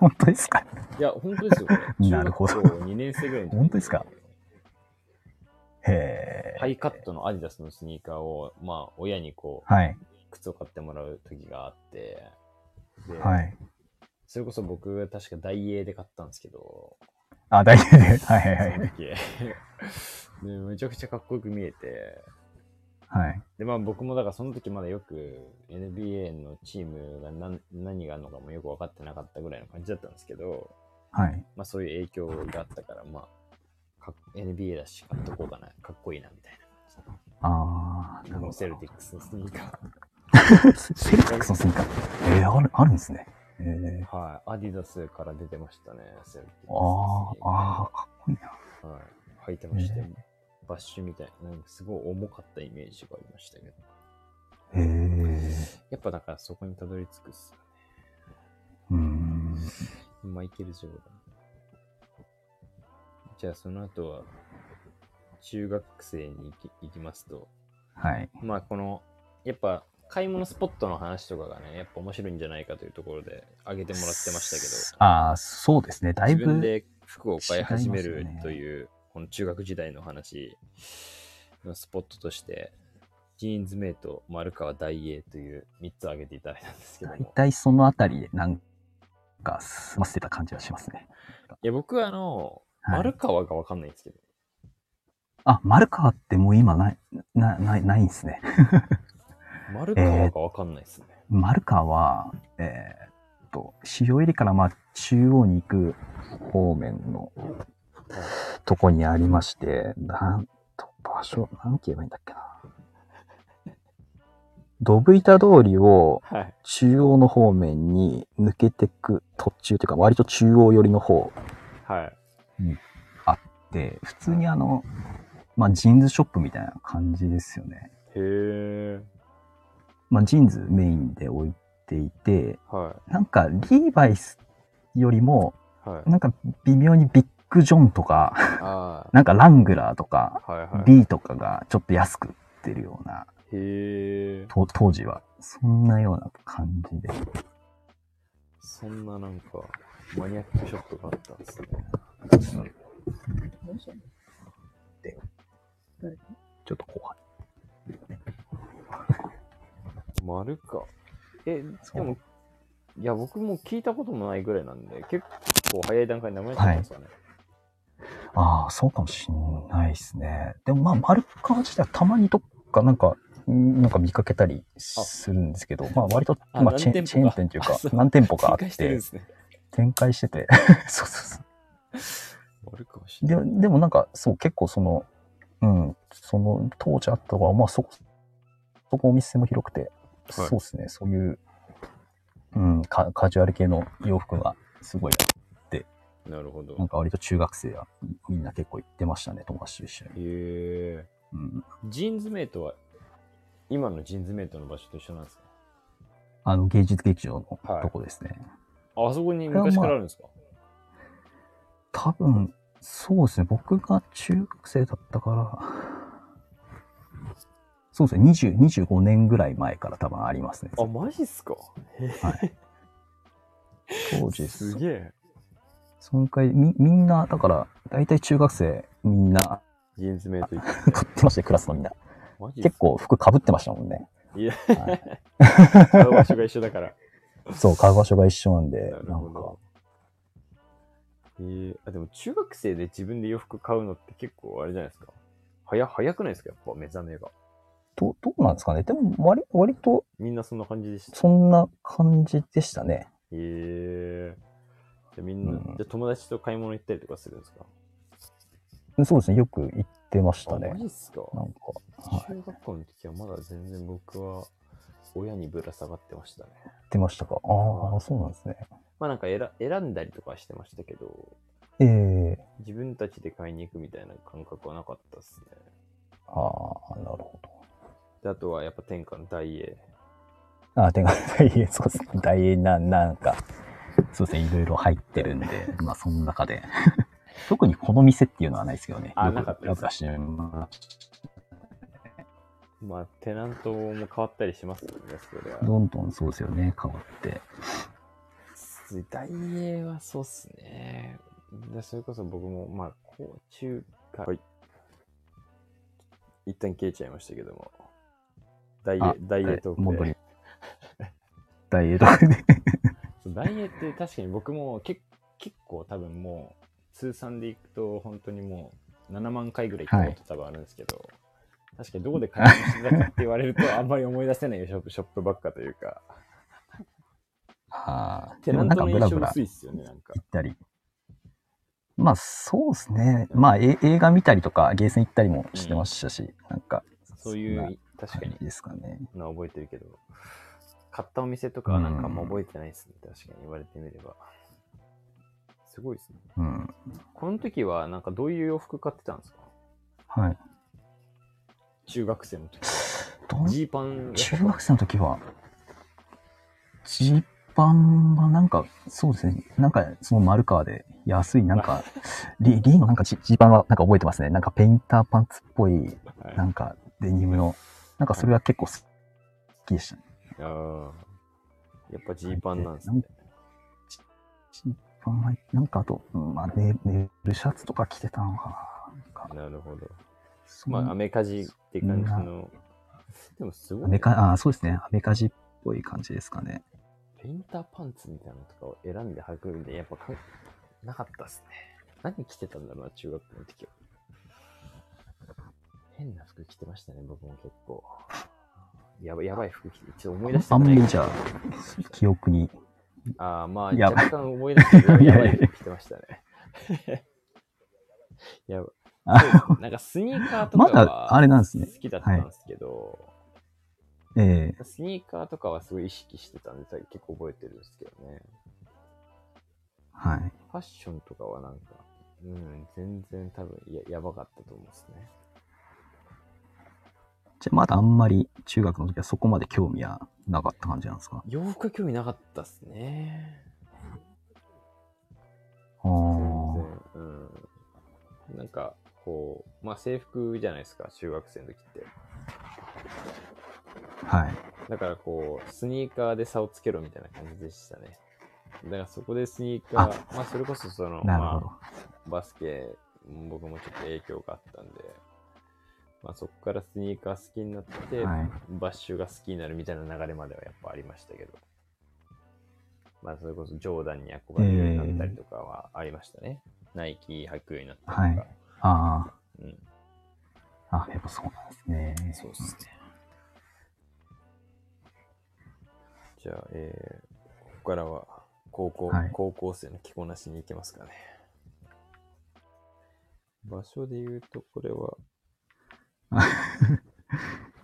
B: 本当ですか
A: いや、本当ですよ。これ
B: <laughs> なるほど
A: 中学校2年生ぐらいの時に
B: 本当ですかへえ。
A: ハイカットのアディダスのスニーカーを、まあ、親にこう、
B: はい。
A: 靴を買ってもらう時があって、で、
B: はい。
A: それこそ僕、確かダイエーで買ったんですけど、
B: あ、大丈夫です。はいは
A: そ
B: いは
A: の
B: い。
A: 時 <laughs> でめちゃくちゃかっこよく見えて、
B: はい。
A: で、まあ僕もだからその時まだよく NBA のチームが何何があるのかもよく分かってなかったぐらいの感じだったんですけど、
B: はい。
A: まあそういう影響があったから、まあ、かっ NBA だし買っとこうかな、かっこいいなみたいな。
B: ああ、なる
A: も
B: ほ
A: う
B: ど。
A: セルティックスのスニーカ
B: <laughs> セルティックスのスニーカー。えー、ある、あるんですね。えー、
A: ー。はい。アディダスから出てましたね、セルティックス
B: ああ、ああ、かっこいいな。
A: あ。はい。履いてまして
B: え、
A: バッシュみたいな、なんかすごい重かったイメージがありましたけど。
B: えー、
A: やっぱだからそこにたどり着くっすよね。
B: うーん。
A: マイケル・ジョーダン。じゃあその後は、中学生に行き行きますと、
B: はい。
A: まあこの、やっぱ買い物スポットの話とかがね、やっぱ面白いんじゃないかというところで挙げてもらってましたけど。
B: ああ、そうですね。だい
A: 自分
B: ぶ、
A: で服を買い始め
B: 違い
A: る
B: ますね
A: という、この中学時代の話のスポットとして、ジーンズメイト、丸川大英という3つ挙げていただいたんですけど
B: 大
A: も、
B: 体そのあたりで、なんか、済ませてた感じはしますね。
A: いや、僕はあの、
B: はい
A: 丸川がわかんないんですけど、
B: あ、丸川ってもう今ない、な、ない、ないんですね。
A: 丸川がわかんないですね。
B: 丸川は、えーっと、塩入りからまあ中央に行く方面のとこにありまして、なんと、場所、なんて言えばいいんだっけな。ドブ板通りを
A: はい。
B: 中央の方面に抜けてく途中というか、割と中央寄りの方
A: はい。
B: で、普通にあの、まあ、ジーンズショップみたいな感じですよね。
A: へー。
B: まあ、ジーンズメインで置いていて、
A: は
B: なんかリーバイスよりも、
A: い。
B: <laughs>
A: はい。
B: なんか微妙にビッグジョンとか、 <laughs>
A: あ
B: なんかラングラーとか、
A: あ。はいはい。
B: B とかがちょっと安く売ってるような、
A: へー。
B: と当時は。そんなような感じで。
A: そんななんか、マニアックショップがあったんですね。
B: ちょっと後輩。
A: 丸か。え、
B: そ
A: で
B: う
A: も、いや、僕も聞いたこともないぐらいなんで、結構早い段階に名前出たんですかね。
B: ああ、そうかもしんないですね。でもまあ、丸川自体はたまにどっかなんか、んなんか見かけたりするんですけど、まあ割と、
A: あ
B: まあチェーン
A: 何
B: チェ
A: 店舗か
B: ーン店という
A: あ
B: か
A: そう、
B: 何店舗かあ
A: 展開
B: っ
A: してるんで
B: て、
A: すね。
B: 展開してて、 <laughs> そうそうそう。
A: 丸かもしれ
B: で
A: ない。
B: でもなんかそう結構そのうんその当時あったのはまあそこそこお店も広くて、そうですねそういう、うん、カカジュアル系の洋服がすごい
A: なるほど
B: な。んか割と中学生はみんな結構行ってましたね友達と一緒に、
A: へえ。
B: うん、
A: ジーンズメイトは、今のジーンズメイトの場所と一緒なんですか
B: あの芸術劇場
A: はい
B: のとこですね、
A: ああそこに昔からあるんですか、
B: 多分そうですね僕が中学生だったからそうですね20 25年ぐらい前から多分ありますね
A: あ、マジっすか
B: 当時
A: すげえ。
B: その回、み、みんな、だから、大体中学生、みんな、
A: ジーンズメイト行って。
B: 買ってましたよ、クラスのみんな。
A: マジっす
B: 結構服被ってましたもんね。
A: いや、
B: は
A: 買う場所が一緒だから。
B: そう、買う場所が一緒なんで
A: な、る
B: <laughs> な
A: ほ
B: んか
A: ど、えーあでも中学生で自分で洋服買うのって結構あれじゃないですか。早、早くないですかやっぱ目覚めが。
B: どどうなんですかねでも割、割と
A: みんなそんな感じでした。
B: そんな感じでしたね。
A: えー、じゃあみんな、
B: うん
A: じゃあ友達と買い物行ったりとかするんですか
B: そうですね。よく行ってました
A: あマ
B: ね
A: ジ。っすか
B: なんか、はい。
A: 中学校の時はまだ全然僕は親にぶら下がってましたね。
B: 行ってましたか。ああ、そうなんですね。
A: まあなんか選選んだりとかはしてましたけど、
B: ええ
A: 自分たちで買いに行くみたいな感覚はなかったっすね。
B: ああ、なるほ
A: であとはやっぱ天下の大英。
B: ど。ああ、てか、 <laughs> 大英、そうですね。大英な、なんか、そうですね。いろいろ入ってるんで、まあ、その中で。 <laughs> 特にこの店っていうのはないですけどね。
A: あ
B: よく
A: なかったです
B: よくは知りま
A: まあテナントも変わったりしますよね、それは
B: す。。どんどんそうですよね。変わって。
A: 大英はそうっすね。でそれこそ僕も、まあ、高中華、はい、一旦消えちゃいましたけども。大英
B: あ、
A: 大英 <laughs> トークで
B: 戻り。大英ト
A: <laughs>
B: ークで。
A: そう大英って確かに僕もけ結構多分もう、通算でいくと本当にもう7万回ぐらい行ったこと多分あるんですけど、確かにどこで買い物してたかって言われるとあんまり思い出せないショップショップばっかというか、
B: ああ、
A: テ
B: で
A: ナ
B: も
A: ン
B: なん
A: トの
B: かブラ
A: 印象
B: ブラ
A: 薄いっすよね、なんか。
B: 行ったり。まあそうですね。まあえ映画見たりとかゲーセン行ったりもしてましたし、なんか
A: そうい
B: そん
A: う、確
B: 感
A: かに
B: じですかね。
A: のは覚えてるけど、買ったお店とかはなんかもう覚えてないですね。確かに言われてみれば。すごいですね。
B: うん。
A: この時はなんかどういう洋服買ってたんですか
B: はい。
A: 中学生の時。
B: どん
A: ジーパン。
B: 中学生の時は、ジーパンはなんか、そうですね。なんか、その丸川で安い、なんか、リリーのなんかジジーパンはなんか覚えてますね。なんかペインターパンツっぽい、
A: はい
B: なんかデニムの、なんかそれは結構好きでしたね。
A: あーやっぱジーパンなんですね。
B: ジーパンは、なんかあと、うんまあ、ネネイルシャツとか着てたのかな。なんか、
A: なるほど。
B: そん
A: まあ、アメカジって感じの。でもすご
B: ア
A: い
B: メ
A: ね。
B: カ、あそうですね。アメカジっぽい感じですかね。
A: ペインターパンツみたいなのとかを選んで履くんで、やっぱかなかったっすね。何着てたんだろうな、中学校の時は。変な服着てましたね、僕も結構。やばいやばい服着て、ちょっと思い出して
B: あんまり
A: ない
B: じゃあ、記憶に。
A: あーまあ、
B: やばい
A: 若干思い出したけど、
B: <laughs> いや
A: や
B: いや
A: ばい服着てましたね。 <laughs> やば
B: あ
A: そうなんかスニーカーとか
B: まだあれなんですね
A: 好きだったんですけど、
B: ええ
A: スニーカーとかはすごい意識してたんで、結構覚えてるんですけどね。
B: はい。
A: ファッションとかはなんか、うん、全然多分ややばかったと思うんですね。
B: じゃあ、まだあんまり中学の時はそこまで興味はなかった感じなんですか
A: 洋服は興味なかったっすね。
B: あ
A: 全
B: ー
A: 然。うん。なんか、こう、まあ制服じゃないですか、中学生の時って。
B: はい。
A: だからこう、スニーカーで差をつけろみたいな感じでしたね。だからそこでスニーカー、まあそれこそその、
B: なるほ
A: ま
B: ど。
A: あ、バスケ、僕もちょっと影響があったんで、まあそこからスニーカー好きになって、
B: はい。
A: バッシュが好きになるみたいな流れまではやっぱありましたけど、まあ、それこそジョーダンに憧れるようになったりとかはありましたね。ナイキ履くようになったりとか。
B: はあ
A: うん、
B: あ、あ、やっぱそうなんですね。
A: そうですね。じゃあ、えー、ここからは高校、
B: はい
A: 高校生の着こなしに行きますかね。場所で言うと、これは、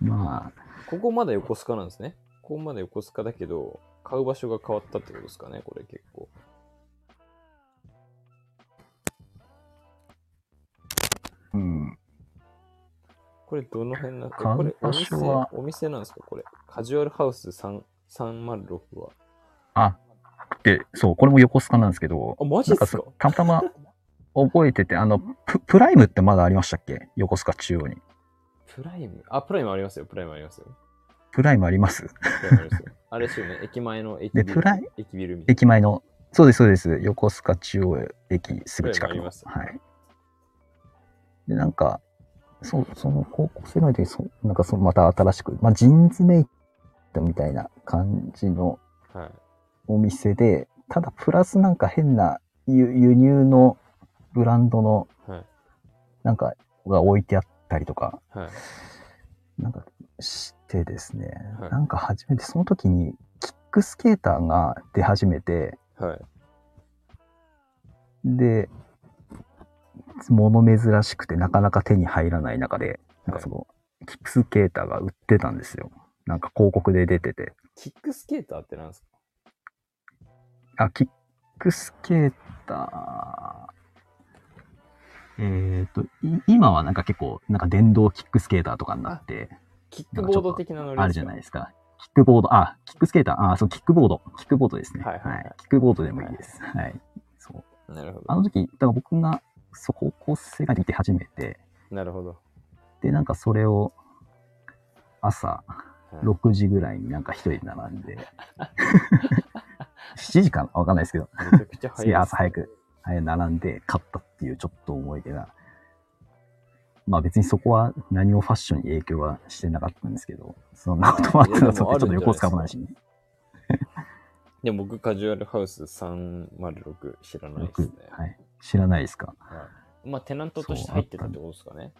B: まあ、
A: ここまだ横須賀なんですね。ここまだ横須賀だけど、買う場所が変わったってことですかね、これ結構。
B: うん。
A: これどの辺なんです
B: 買
A: か
B: う
A: これお
B: 場
A: 店
B: 所は
A: お店なんですかこれ。カジュアルハウス3 306は。
B: あ、で、そう、これも横須賀なんですけど、
A: あ、マジ
B: な
A: っ
B: んか
A: すか
B: そたまたま覚えてて、あの、ププライムってまだありましたっけ横須賀中央に。
A: プライムあ、プライムありますよ。プライムありますよ。
B: プライムあります
A: プライムありますよ。あれですよね。駅前の駅ビル。
B: でプライ
A: 駅ビルみたいな。
B: 駅前の。そうです、そうです。横須賀中央駅すぐ近く
A: プライムあり
B: の。は
A: ま
B: い
A: す。
B: で、なんか、そう、その高校生ぐらいで、そうなんかそのまた新しく、まあ、ジーンズメイトみたいな感じの
A: はい。
B: お店で、ただプラスなんか変な輸輸入のブランドの
A: はい、
B: なんかが置いてあったりとか、
A: はい。
B: なんかしてですね、
A: はい
B: なんか初めて、その時にキックスケーターが出始めて、
A: はい。
B: で、物珍しくてなかなか手に入らない中で、なんかその、キックスケーターが売ってたんですよ。なんか広告で出てて。
A: キックスケーターってなんですか
B: あ、キックスケーター。えっ、と、い今はなんか結構、なんか電動キックスケーターとかになって、
A: キックボード的なノリですか
B: あるじゃないですか。キックボード、あ、キックスケーター、あ、そう、キックボード、キックボードですね。
A: はいはいはい
B: キックボードでもいいです。はい。そう。
A: なるほ
B: あの時、だから僕が、そう、高校生が出て初めて、
A: ど。なるほど。
B: で、なんかそれを、朝
A: はい
B: 6時ぐらいになんか一人で並んで、7時かなわかんないですけど、
A: めちゃくちゃ
B: <laughs> す
A: 早い
B: げ
A: です。
B: え朝早く、はい、並んで買ったっていうちょっと思い出が、まあ別にそこは何もファッションに影響はしてなかったんですけど、そんなこともあった
A: いや
B: ら、
A: で
B: ち
A: も
B: ょ
A: ある
B: っと
A: んじゃない
B: 横使わないしね。
A: でも僕、カジュアルハウス306知らない
B: よ
A: ですね
B: く。はい、知らないですか。
A: はいまあ、テナントとして入ってたってことですかね。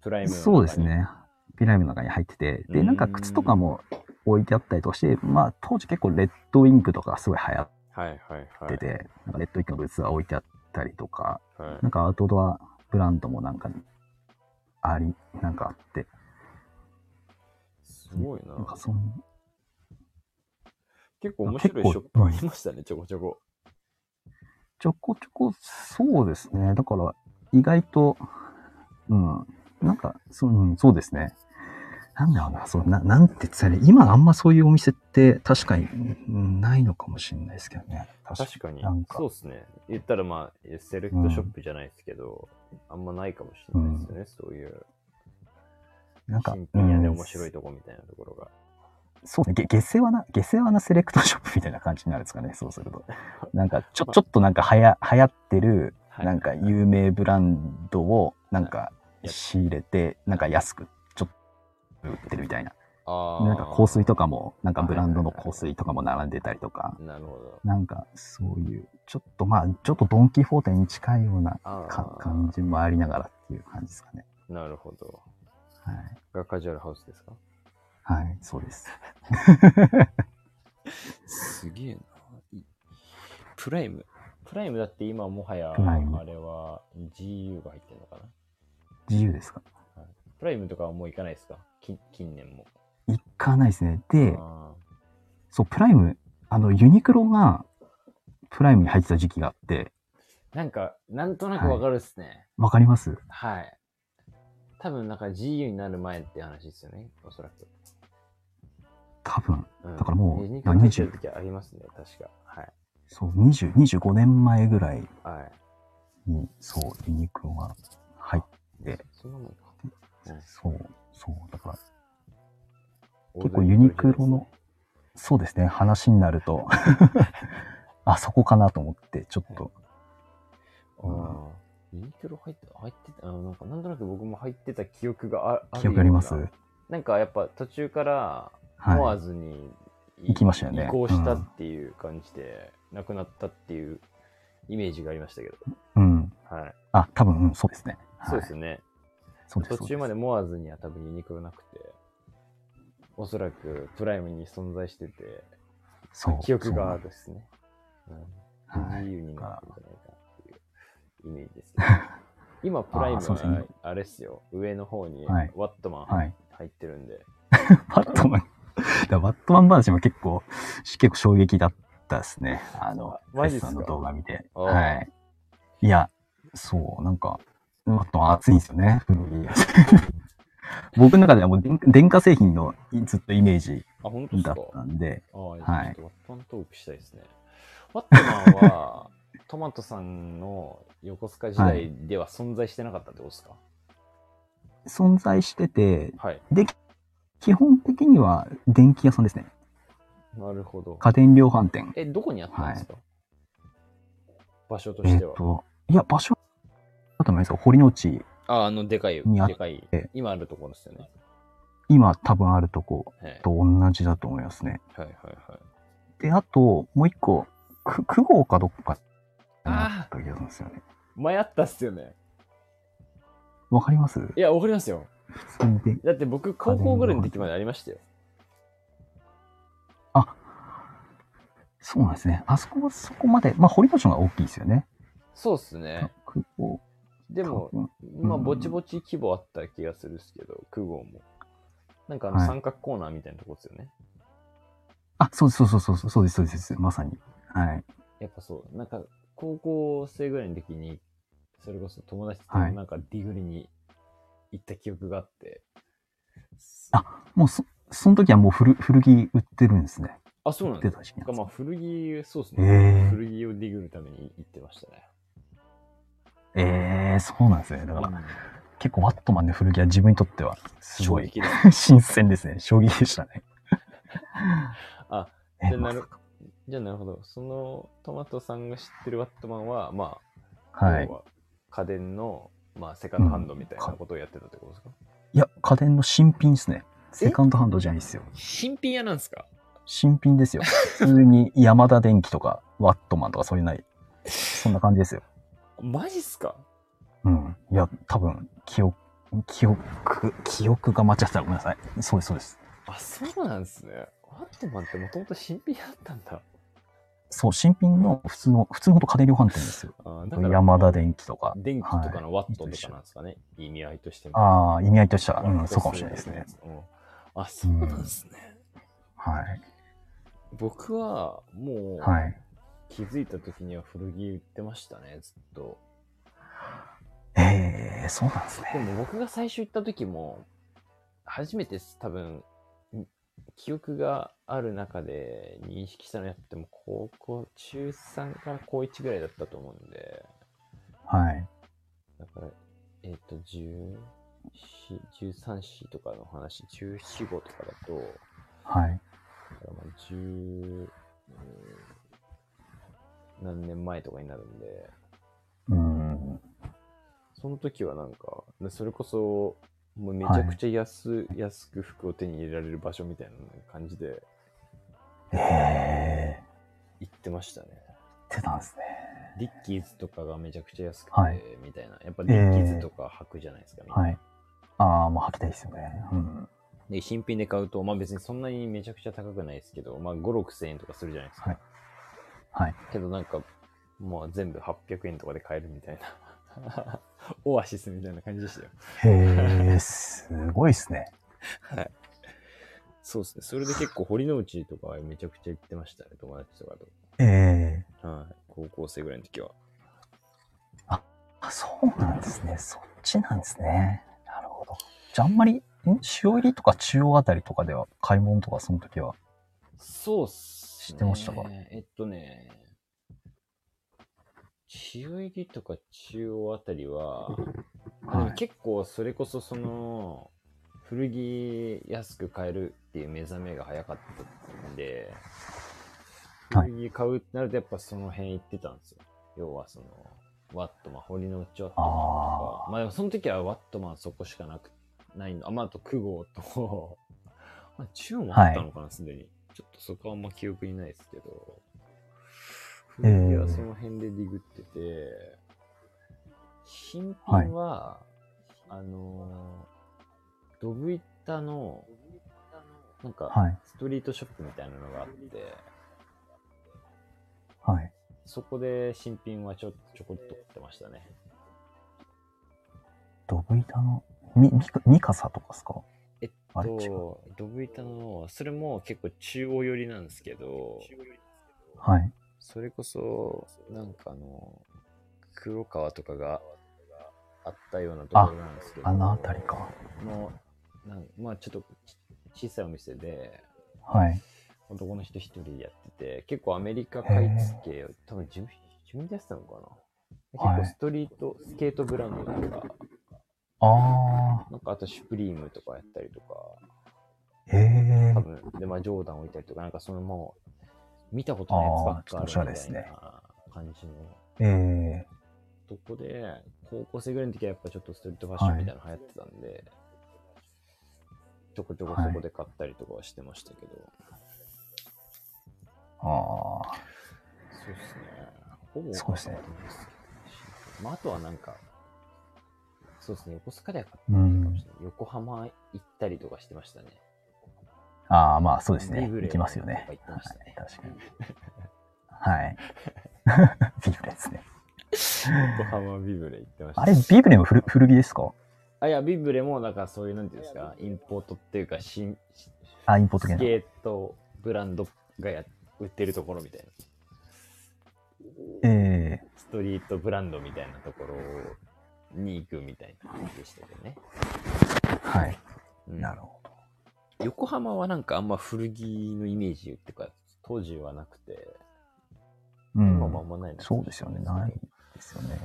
A: プライムの中に
B: そうです。ね。ピラミッドの中に入ってて、
A: うー
B: で、
A: ん
B: なんか靴とかも置いてあったりとかして、まあ当時結構レッドウィンクとかがすごい流行っ
A: はいはいは
B: て
A: い。
B: て、なんかレッドウィンクのグッズが置いてあったりとか、
A: はい
B: なんかアウトドアブランドもなんかあり、なんかあって、
A: すごいな
B: なん。かそん
A: 結構面白いショップありましたね、ちょこちょこ。
B: ちょこちょこ、そうですね。だから、意外と、うん、なんか、そううん、そうですね。なんだろうな、そうななんて言ってたらいい、今あんまそういうお店って確かにうんないのかもしれないですけどね。
A: 確かに
B: なん。か
A: そうですね。言ったらまあ、セレクトショップじゃないですけど、あんまないかもしれないですよね、そういう。
B: なんか、
A: 新品屋で面
B: う
A: 白
B: ん
A: いとこみたいなところが。
B: そうですね。げ下世話な、下世話なセレクトショップみたいな感じになるんですか
A: <laughs>
B: ね。そうすると。なんか、ちょ、ちょっとなんかはや、流行ってる、
A: はい
B: なんか有名ブランドを、なんか仕入れて、なんか安く、ちょっと売ってるみたいな。
A: あー
B: なんか香水とかも、なんかブランドの香水とかも並んでたりとか、
A: なるほど。
B: なんかそういう、ちょっとまあ、ちょっとドン・キホーテに近いような
A: あ
B: か
A: ー
B: 感じもありながらっていう感じですかね。
A: なるほど。
B: はい。
A: がカジュアルハウスですか
B: はい、そうです。
A: すげえな。いプライム。プライムだって今もはや、
B: プライム
A: あれは GU が入ってるのかな
B: 自由ですか
A: プライムとかはもう行かないですか近近年も。
B: 行かないですね。で、
A: あ
B: そう、プライム、あの、ユニクロが、プライムに入ってた時期があって、
A: ーなんか、なんとなくわかるっすね。
B: わかります
A: はい。多分なんか GU になる前って話ですよね、おそらく。
B: 多分。
A: うん
B: だからもう
A: ユニクロ
B: 何
A: 入っ
B: 十
A: てる時ありますね、確か。はい。
B: そう、20、25年前ぐらい
A: はい。
B: に、そう、ユニクロが入っで
A: そんなもんか。
B: て、
A: うん
B: そう、そう、だから、結構ユニクロの。そうですね、話になると、 <laughs> あそこかなと思って、ちょっと、
A: ああ。ユニクロ入って、入ってた、あのなんかなんとなく僕も入ってた記憶があある
B: 記憶あります
A: ようななんかやっぱ途中から、モア
B: は
A: ーズに
B: 行きましたよね
A: 移行したっていう感じで、なくなったっていうイメージがありましたけど。
B: い。うん。
A: はい。
B: あ、多分、うん、そうですね。はい
A: そうですね。
B: そうです。
A: 途中まで
B: そう
A: モアーズには多分ユニクロなくて、おそらくプライムに存在してて、
B: す、そう
A: 記憶があるですね。うん
B: そうは
A: 自
B: い。
A: 由になってるんじゃないかっていうイメージです、ね。今、プライム
B: あーそうです
A: は
B: ね
A: あれっすよ、上の方に
B: はい
A: ワットマン
B: はい。
A: 入ってるんで、
B: バットマン、 <laughs> だからバットマン話も結構、し結構衝撃だったですね。あの
A: あ、マジっ
B: フェ
A: す
B: ス
A: か
B: さんの動画見て。
A: あー
B: はい。いや、そう、なんか、バットマン熱いんですよね、古いやつ僕の中ではもう電電化製品のずっとイメージ
A: あ、本当です
B: <laughs> だ
A: か
B: ったんで、
A: あー
B: はい
A: ちょっとワットマントークしたいですね。ワットマンはトマトさんの横須賀時代では存在してなかったってことですか
B: 存在してて、
A: はい。
B: 基本的には電気屋さんですね。
A: なるほど。
B: 家電量販店。
A: え、どこにあったんですか、場所と
B: え
A: し
B: って
A: は。
B: と、いや、場所だと思いますよ。堀之内、
A: あ、あの、でかい、
B: にあっ
A: でかい、今あるところですよね。
B: 今多分あるとこと
A: はい
B: と同じだと思いますね。
A: はいはいはい。
B: で、あと、もう一個、く、九号かどっかな
A: あ
B: った気がするんですよね。
A: 迷ったっすよね。
B: わかります
A: いや、わかりますよ。
B: 普通にで。
A: だって僕、高校ぐらいの時までありましたよ。
B: そうなんですね。あそこはそこまで、まあ、堀場所が大きいですよね。
A: そうっすね。
B: 空港
A: でも、
B: 多分
A: まあ、ぼちぼち規模あった気がするっすけど、9号も。なんかあの、
B: はい
A: 三角コーナーみたいなとこっすよね。
B: あ、そうそうそうそうそう、そうです、そうです、まさに。はい。
A: やっぱそう、なんか、高校生ぐらいの時に、それこそ友達と
B: はい
A: なんかディグリに行った記憶があって。
B: もうそ、その時はもう古古着売ってるんですね。
A: あ、そうなん
B: 売
A: で
B: って
A: す
B: た時期なん
A: か。
B: です
A: まあ、古着、そうっす
B: え
A: ね。
B: ー、
A: 古着をディグるために行ってましたね。
B: えー、そうなんですね。だから、
A: うん
B: 結構ワットマンで古着は自分にとっては、す
A: 衝
B: ごい
A: 撃だ。
B: 新鮮ですね。衝撃でしたね。
A: あ、
B: <laughs> え
A: じゃあ
B: ま
A: な
B: さ
A: る
B: か
A: じゃあなるほど。そのトマトさんが知ってるワットマンは、まあ、
B: はい
A: 要。は家電の、まあ、セカンドハンドみたいなことをやってたってことですか、
B: いや、家電の新品ですね。セカンドハンドじゃないですよ。
A: 新品屋なんですか
B: 新品ですよ。普通に山田電機
A: <laughs>
B: とか、ワットマンとかそういうない。そんな感じですよ。
A: マジっすか
B: うん。いや、多分、記憶、記憶、記憶が間違ってたらごめんなさい。そうです、そうです。
A: あ、そうなんですね。ワットマンってもともと新品屋だったんだ。
B: そう、新品の普通の、普通のほんと家電量販店ですよ。
A: あだから、
B: 山田電機とか。
A: 電気とかのワットとかなんですかね。意味合いとしても。
B: ああ、意味合いとしては、
A: ワット
B: うん、そうかもしれないですね。
A: 数うんあ、そうなんですね。
B: はい。
A: 僕は、もう、
B: はい。
A: 気づいた時には古着売ってましたね、ずっと。
B: ええー、そうなんですね。
A: でも僕が最初行った時も、初めてです多分、ん記憶がある中で認識したのやっても、高校、中3から高1ぐらいだったと思うんで、
B: はい。
A: だから、えっ、と、14 13市とかの話、14、5とかだと、
B: はい。
A: だからまあ10、うん何年前とかになるんで、
B: うん。
A: その時はなんか、でそれこそ、もうめちゃくちゃ安,、安く服を手に入れられる場所みたいな感じで
B: ええ
A: 行ってましたね。
B: ー、ってたんですね。
A: ディッキーズとかがめちゃくちゃ安くて、
B: はい
A: みたいな。やっぱディッキーズとか履くじゃないですか。みんな
B: はい。ああ、まあ、履きたいですよね。うん。
A: で、新品で買うと、まあ別にそんなにめちゃくちゃ高くないですけど、まあ5、6千円とかするじゃないですか。
B: はいはい。
A: けどなんか、もう全部800円とかで買えるみたいな。 <laughs> オアシスみたいな感じでしたよ。
B: へえ、すごいですね。
A: はい。そうですね。それで結構堀之内とかはめちゃくちゃ行ってましたね、友達とか
B: ええー。
A: と。はい。高校生ぐらいの時は。
B: あ、そうなんですね。そっちなんですね。なるほど。じゃあ、あんまり、ん塩入りとか中央あたりとかでは、買い物とかその時は。
A: そうっすね。
B: 知ってましたか
A: えっとね、千代入りとか中央あたりは、あでも
B: はい。
A: 結構それこそその、古着安く買えるっていう目覚めが早かったんで、
B: はい
A: 古着買うってなるとやっぱその辺行ってたんですよ。要はその、ワットマン、堀之内ワットマンと
B: あ
A: か、まあでもその時はワットマンそこしかなく、ないの。あ、まああと9号と、 <laughs> まあ中央もあったのかな、すでに。ちょっとそこはあんま記憶にないですけど、
B: えー
A: 古着はその辺でディグってて、新品は、あのー、ドブイッタの、なん
B: あ。
A: か、
B: はい。
A: ストリートショップみたいなのがあって、
B: はい。
A: そこで新品はちょちょこっと買ってましたね。
B: ドブ板の、み、みか、ミカサとかですか
A: えっ
B: あれ違う
A: と、ドブ板の、それも結構中央寄りなんですけど、
B: はい。
A: それこそ、なんかあの、黒川とかがあったようなところなんですけど、
B: あのあたりか。
A: のなんまあちょっとち小さいお店で、
B: はい。
A: 男の人一人でやってて、結構アメリカ買い付け、多分自分自分でやってたのかな。
B: はい
A: 結構ストリート、スケートブランドとか、
B: あ
A: なんかあとシュプリームとかやったりとか、
B: あ、へえ
A: 多。分、で、まあ、ジョーダン置いたりとか、なんかそのもう、見たことないやつばっかりみ
B: あーちょっとおしゃれ
A: た
B: です
A: い
B: ね
A: な感じの
B: ええ。
A: とこで、高校生ぐらいの時はやっぱちょっとストリートファッションみたいなの流行ってたんで、ちょこちょこそこで買ったりとかはしてましたけど、
B: ああ。
A: そうですね。ほぼ
B: そうですね
A: まあ、あとはなんか、そうですね、横須賀では
B: うん。
A: 横浜行ったりとかしてましたね。
B: ああ、まあそうですね。
A: ビブレ
B: 行きますよね。
A: やっぱ行ってましたね
B: はい、確か
A: <laughs>
B: に。はい。ビブレですね。
A: 横浜ビブレ行ってました。
B: あれ、ビブレも古古着ですか
A: あいや、ビブレも、なんかそういう、なんていうんですか、インポートっていうか、新、
B: あ、インポート系
A: ス
B: の。
A: ケートブランドがや売ってるところみたいな。
B: ええ
A: ストリートブランドみたいなところに行くみたいな感じでしたけどね。
B: はい。
A: うん
B: なるほど。
A: 横浜はなんかあんま古着のイメージっていうか、当時はなくて、
B: う
A: 今もあん
B: ん。
A: まないな、
B: そうですよね。ないですよね。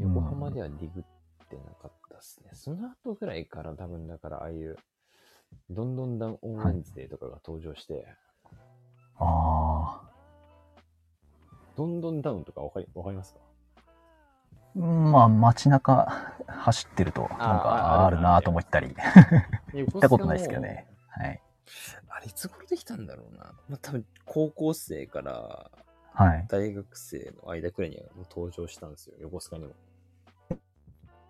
A: 横浜
B: で。
A: ではディグってなかったですね。その後ぐらいから多分だからああいう、どんどんダンオンウェンズデーとかが登場して、
B: ああ。
A: どんどんダウンとかわかりわかりますか
B: うんまあ、街中 <laughs> 走ってると、なんか、
A: あ
B: あ
A: あ
B: あるなと思ったり。
A: 行
B: 行ったことないですけどね。はい。
A: あれ、いつ頃できたんだろうな。まあ、多分、高校生から
B: はい。
A: 大学生の間くらいにはもう登場したんですよ、横須賀にも。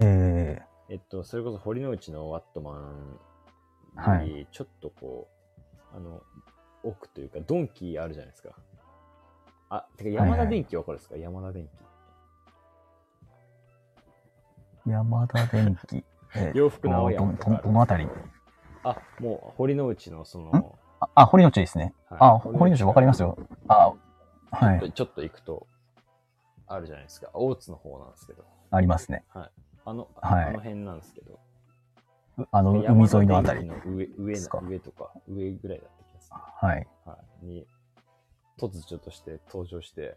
B: ええ
A: えっと、それこそ堀之内のワットマン
B: は
A: より、ちょっとこう、あの、奥というか、ドンキあるじゃないですか。あ、てか、山田電機わかるですか、山田電
B: 山田電
A: <laughs>
B: 機。えー
A: 機。洋服の青
B: ど
A: 山
B: の
A: と
B: ど
A: か
B: のどのあたり
A: あ、もう、堀之内のその、
B: んあ、あ堀之内ですね。
A: はい
B: あ、堀之内わかりますよ。あ、は
A: ちょっと
B: い。
A: ちょっと行くと、あるじゃないですか。大津の方なんですけど。
B: ありますね。
A: あの、
B: はい
A: あの辺なんですけど。
B: うあの、海沿いのあたり。
A: 山田電機の上、
B: で
A: 上
B: す
A: な
B: か
A: 上とか、上ぐらいだった気がする。
B: はい。
A: はい、に、突如として登場して、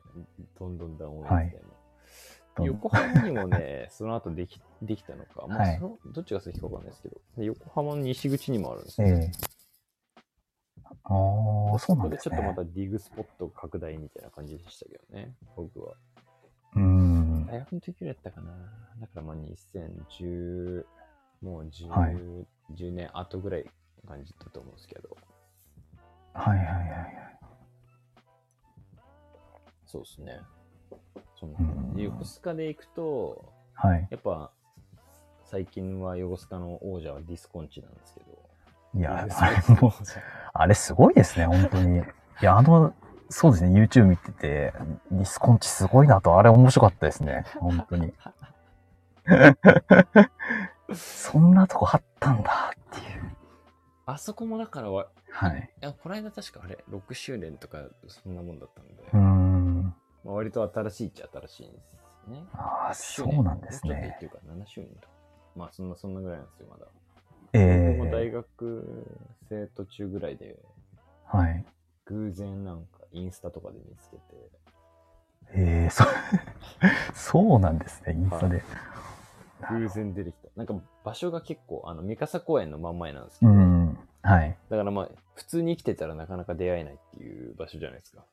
A: どんどんダウンを
B: はいどん
A: 横浜にも
B: <laughs>
A: ね、その後できできたのか、まあ
B: はい
A: そのどっちが先かわかんないですけど、で横浜の西口にもあるんです
B: え
A: よ。
B: えああ、そう
A: こ
B: な
A: こ
B: ん
A: で
B: で
A: ち
B: す
A: ょっとま
B: ね。
A: たディグスポット拡大みたいな感じでしたけどね、僕は。
B: うーん。
A: 大学の時ぐらいだったかな。だからまあ2010、もう10、
B: はい
A: 10年後ぐらいの感じだと思うんですけど、
B: はいはいはい。
A: そうですね。その
B: うん
A: で横須賀で行くと、
B: はい。
A: やっぱ、最近は横須賀の王者はディスコンチなんですけど。
B: い
A: デ <laughs>
B: や
A: ィ、ス
B: あ
A: コン
B: れもう、あれすごいですね、本当に。いや、あの、そうですね、YouTube 見てて、ディスコンチすごいなと、あれ面白かったですね、本当に。そんなとこあったんだっていう。
A: あそこもだからわ、
B: はい。
A: いやこの間確かあれ、6周年とか、そんなもんだったんで、
B: うー
A: ま
B: ん。
A: あ、割と新しいっちゃ新しいんですよね。
B: あ
A: 6
B: あ、
A: 周
B: そ
A: 年
B: うなんです
A: もうちょっと
B: ね。
A: 言っていうか、7周年とか。まあ、そんな、そんなぐらいなんですよ、まだ。
B: え
A: 僕も大
B: え
A: 学生途中ぐらいで、
B: はい。
A: 偶然なんか、インスタとかで見つけて、
B: ええそ、 <laughs> そうなんですね、インスタで。
A: 偶然出てきた。なんか、場所が結構、あの、三笠公園の真ん前なんですけ
B: う
A: ど、
B: ん。はい。
A: だからまあ、普通に生きてたらなかなか出会えないっていう場所じゃないですか。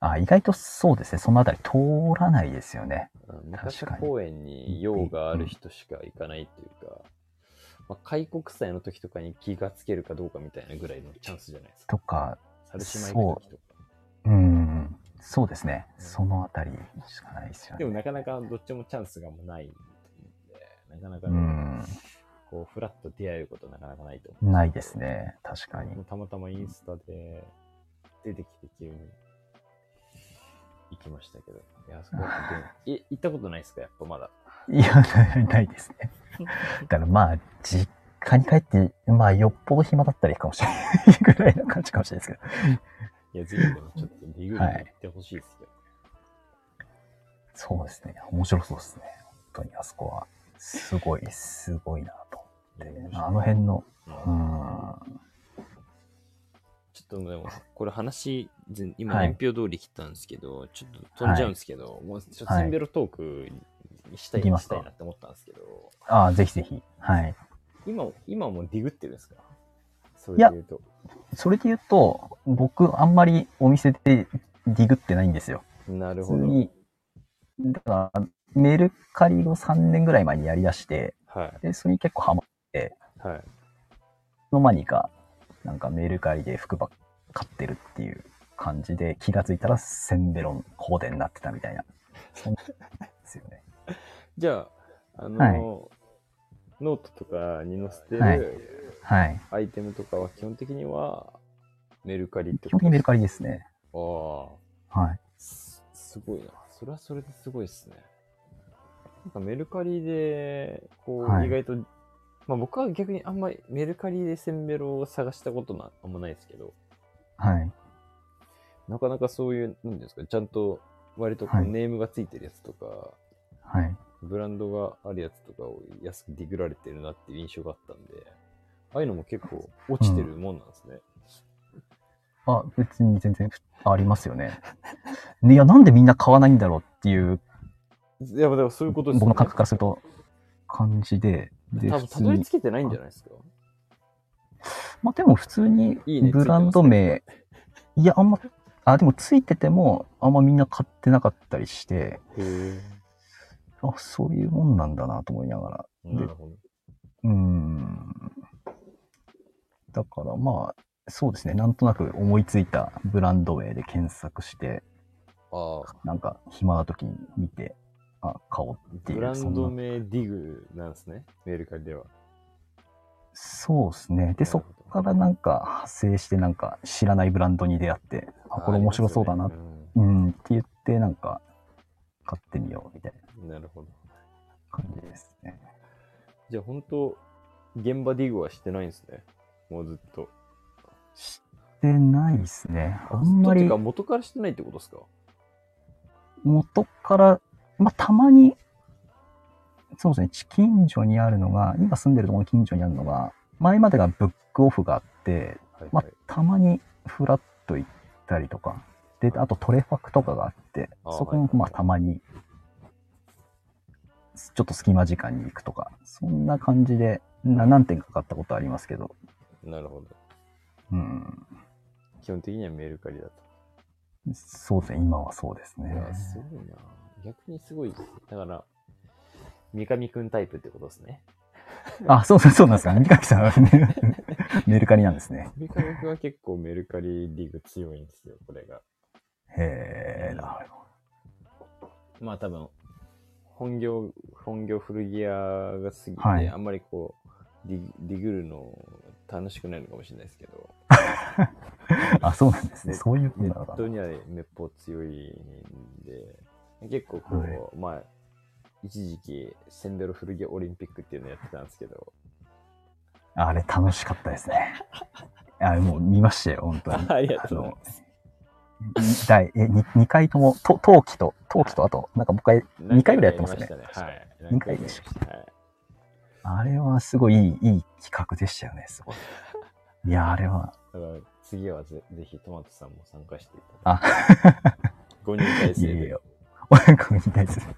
B: あ、意外とそうですね、そのあたり通らないですよね。
A: うん
B: 確かに
A: 昔公園に用がある人しか行かないっていうか、まあ、開国祭の時とかに気がつけるかどうかみたいなぐらいのチャンスじゃないですか。
B: とか、
A: 猿島行く時とか。
B: うん。そうですね、そのあたりしかないですよ
A: で
B: ね。
A: もなかなかどっちもチャンスがもうないんで、なかなか
B: う
A: ね、
B: ん。
A: こう、フラッと出会えることなかなかないと思う。
B: ないですね、確かに。
A: たまたまインスタで出てきて急に行きましたけど。い
B: <laughs>
A: や、あそこはでもえ、行ったことないですかやっぱまだ。
B: いや、ないないです <laughs> ね。だからまあ、実家に帰って、まあ、よっぽど暇だったらいいかもしれないぐらいな感じかもしれないですけど。
A: いや、ぜひでもちょっとリグに行ってほしいですよ。
B: そうですね、面白そうですね。本当にあそこは。すごい、すごいなと。
A: いや面白い
B: あの辺の、う
A: うん
B: ん。
A: ちょっとでも、これ話、全今、
B: はい
A: 年表通り切ったんですけど、ちょっと飛んじゃうんですけど、もうちょっとツンベロトークしたい,、
B: いきま
A: し
B: すか
A: たいなって思ったんですけど、
B: ああ、ぜひぜひ。はい。
A: 今、今もディグってるんですかそれ
B: いや
A: で言うと。
B: それで言うと、僕、あんまりお店でディグってないんですよ。
A: なる
B: 普通
A: ほど。
B: に。だから、メルカリを3年ぐらい前にやり出して、
A: は
B: で、それに結構ハマっ
A: い。はい。
B: の間にか、なんかメルカリで服ばっか買ってるっていう感じで、気がついたらセンベロンコーデになってたみたいなそんなですよね。
A: じゃあ、あの、
B: はい
A: ノートとかに載せて
B: はい
A: る <laughs>
B: はい。
A: アイテムとかは基本的にはメルカリって
B: 基本的にメル
A: カ
B: カリですね。
A: リ。ああ。
B: はい。
A: すすごいな。それはそれですごいですね。なんかメルカリで、こう、
B: はい
A: 意外と、まあ僕は逆にあんまりメルカリでセンベロを探したことなあんまないですけど、
B: はい。
A: なかなかそういう、なんていうんですか、ちゃんと割とこう
B: はい
A: ネームがついてるやつとか、
B: はい。
A: ブランドがあるやつとかを安くディグられてるなっていう印象があったんで、ああいうのも結構落ちてるもんなんですね。
B: あ、別に全然ありますよね。ね、いや、なんでみんな買わないんだろうっていう、
A: いや、だからそういうことですよね
B: 僕の感覚からすると、感じで、で、
A: 多
B: 普
A: 分
B: 通
A: たどり
B: に
A: 着、けてないんじゃないですか。
B: まあでも普通に
A: いいね
B: ブランド名、いや、あんま、あ、でもついてても、あんまみんな買ってなかったりして、
A: へえ。
B: あ、そういうもんなんだなと思いながら、
A: なるほど。
B: うーん。だからまあ、そうですね。なんとなく思いついたブランド名で検索して、
A: ああ。
B: なんか暇な時に見て、あ、買おうっていう。
A: ブラ
B: そ
A: ン
B: ん
A: ド
B: な
A: 名ディグなんですね、メルカリでは。
B: そうですね。で、そっ
A: な
B: か
A: るほど
B: らなんか派生して、なんか知らないブランドに出会って、あ、これ面白そうだな、
A: ありますよね
B: うん、って言って、なんか買ってみようみたいな
A: うんなるほど。
B: 感じですね。
A: じゃあ、本当現場ディグはしてないんですね。もうずっと。
B: してないですね。あん
A: ず
B: ま
A: っと
B: り
A: っていうか、元からしてないってことですか
B: 元から、まあ、たまに、そうですね、近所にあるのが、今住んでるところの近所にあるのが、前までがブックオフがあって、
A: はい
B: ま
A: は
B: あ
A: い。、
B: たまにフラッと行ったりとか、で、あとトレファクとかがあって、
A: あー
B: そこ
A: は
B: も
A: い、はい
B: まあ、たまに、ちょっと隙間時間に行くとか、そんな感じで、な何点か買ったことありますけど、
A: なるほど。
B: うん、
A: 基本的にはメルカリだと。
B: そうですね、今はそうですね
A: い。や、すごいな。逆にすごいです。だから、三上くんタイプってことですね。
B: あ、そうそう、そうなんですか。三上さんはね、メルカリなんですね。
A: 三上くんは結構メルカリディグ強いんですよ、これが。
B: へえ、なるほ
A: まあ多分、本業、本業古着屋が過ぎて、
B: はい
A: あんまりこう、ディディグルの楽しくないのかもしれないですけど、
B: ど。あ、そうなんですね。
A: ね
B: そういうこと
A: ネ
B: なのか
A: ットにはめっぽう強いんで、結構こう、
B: はい
A: まあ、一時期、センベロ古着屋オリンピックっていうのやってたんですけど、
B: な。あれ、楽しかったですね。あれ、もう見ましたよ、本当に。
A: <laughs> ありがとうございます。
B: す。第え 2, 回とも、と冬季と、冬季とあと、なんかもう一回、2回ぐらいやってますよね。
A: 何回かやりましたはい。
B: 二回でし
A: 何回かやりま
B: あれはすごいいい、いい企画でしたよね、すごい。いや、あれは、
A: したはい。だから、次はぜぜひトマトさんも参加していただ
B: あ、
A: いて、5人体
B: い
A: 制
B: やい
A: で
B: や。親子に対する。い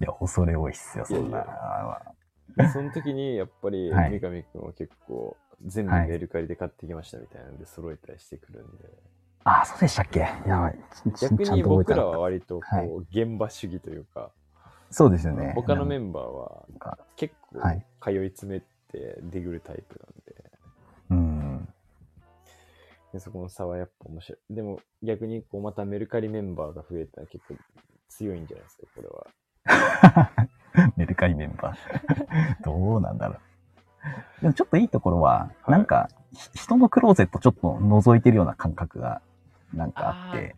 B: や、恐れ多いっすよ、そん
A: い
B: な
A: やい。でその時にやっぱり
B: は
A: 三
B: い
A: 上君は結構全部
B: はい
A: メルカリで買ってきましたみたいなので揃えたりしてくるんで、
B: あ、そうでしたっけやばい。ち
A: 逆
B: ちゃん
A: に
B: と覚え
A: 僕
B: てな
A: ら
B: かった
A: は割とこう現場主義というか、
B: そうですよね。
A: 他のメ
B: ン
A: ンバーは
B: バ
A: 結構
B: はい
A: 通い詰めてディグるタイプなんで
B: ー。うん。 <laughs>
A: でそこの差はやっぱ面白いでも逆にこうまたメルカリメンバーが増えたら結構強いんじゃないですかこれは
B: メルカリメンバー。 <laughs> どうなんだろう。でもちょっといいところは、
A: はい
B: なんか、ひ人のクローゼットちょっと覗いてるような感覚が、なんかあって、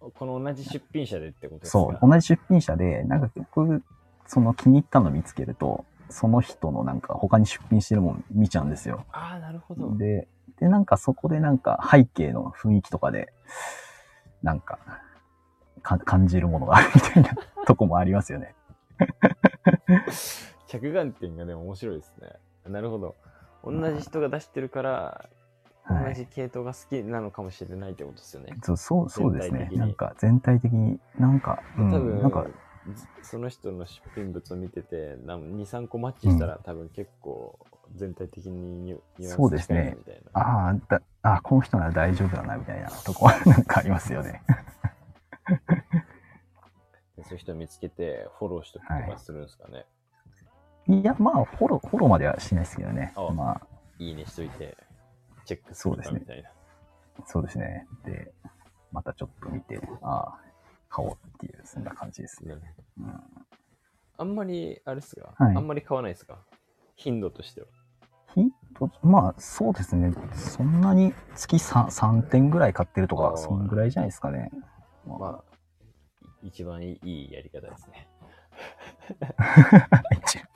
A: この同じ出品者でってことですか
B: そう、同じ出品者で、なんか結局、その気に入ったの見つけると、その人のなんか他に出品してるもん見ちゃうんですよ。
A: ああなるほど
B: で、で、なんかそこでなんか背景の雰囲気とかで、なんかか感じるものがあるみたいな <laughs> とこもありますよね。
A: 着眼点がでも面白いですねなるほど同じ人が出してるから
B: は
A: 同
B: い
A: じ系統が好きなのかもしれないってことですよね。
B: そうそうそうで
A: 全
B: す
A: 体
B: ね
A: 的。に
B: なんか全体的に、なんか、う
A: 多
B: ん、
A: 分
B: なんか、
A: ずその人の出品物を見てて23個マッチしたら、多分結構全体的にニュニュアンス
B: そうですね
A: 近いなみたいな。
B: ああ、だあこの人なら大丈夫だな、みたいな <laughs> とこはなんかありますよね。
A: でそういう人見つけてフォローしとくと
B: は
A: か
B: い
A: するんですかね。
B: いや、まあ、フォロー、フォローまではしないですけどね。
A: あ
B: ま
A: い、いねしといてチェックするとかみたいな。
B: あ、そうですね。で、またちょっと見て、ああ、買おうっていう、そんな感じですね。
A: ね
B: うん
A: あんまり、あれっすか、
B: はい
A: あんまり買わないですか頻度としては。
B: ヒント、まあそうですね。そんなに月 3, 3点ぐらい買ってると
A: あー
B: か、そんぐらいじゃないですかね。
A: まあ、い一番いいやり方ですね。
B: あ、一応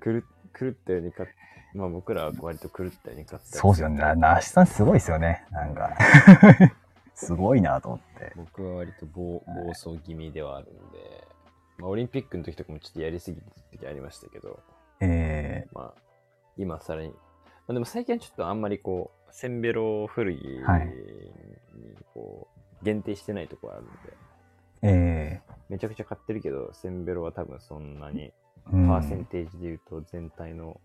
A: 狂っ狂ったように買っまあ僕らは割と狂ったように買ったり
B: そうで
A: <laughs>
B: すよね。ななしさんすごいですよね。なんか。すごいなと思って。
A: 僕は割と暴暴走気味ではあるんで、まあ、オリンピックの時とかもちょっとやりすぎてた時ありましたけど、
B: え
A: まあ、今さらに、まあ、でも最近はちょっとあんまりこう、せんべろ古着に
B: はい
A: こう限定してないところあるんで、
B: ー、え
A: めちゃくちゃ買ってるけど、せんべろは多分そんなに、
B: ー、う
A: パ
B: ん
A: ーセンテージで言うと全体の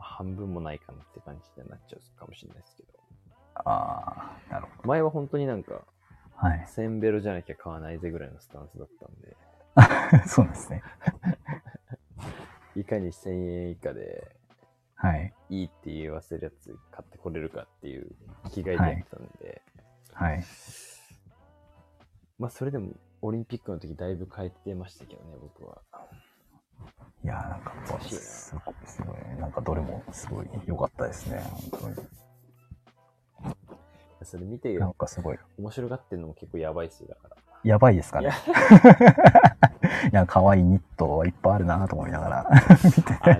A: 半分もないかなって感じになっちゃうかもしれないですけど、
B: ああ、なるほ
A: 前は本当になんか、
B: ど。はい。 <laughs>
A: せんべろじゃなきゃ買わないぜぐらいのスタンスだったんで、
B: そうなんですね。
A: いかに1000円以下で
B: はい。
A: いいって言わせるやつ買ってこれるかっていう気概でやってたんで、
B: はい。
A: まあそれでもオリンピックの時だいぶ変えてましたけどね、僕は。
B: いやーなんか
A: 懐かしいな
B: すごい、すごい。なんかどれもすごい良かったですね。本当に。
A: それ見て
B: なんかすごい。
A: 面白がってるのも結構やばいっすよ、だから。
B: やばいですか
A: い
B: ね
A: や。
B: <laughs> いや、可愛いニットいっぱいあるなと思いな
A: <laughs>
B: がら。 <laughs>
A: あ、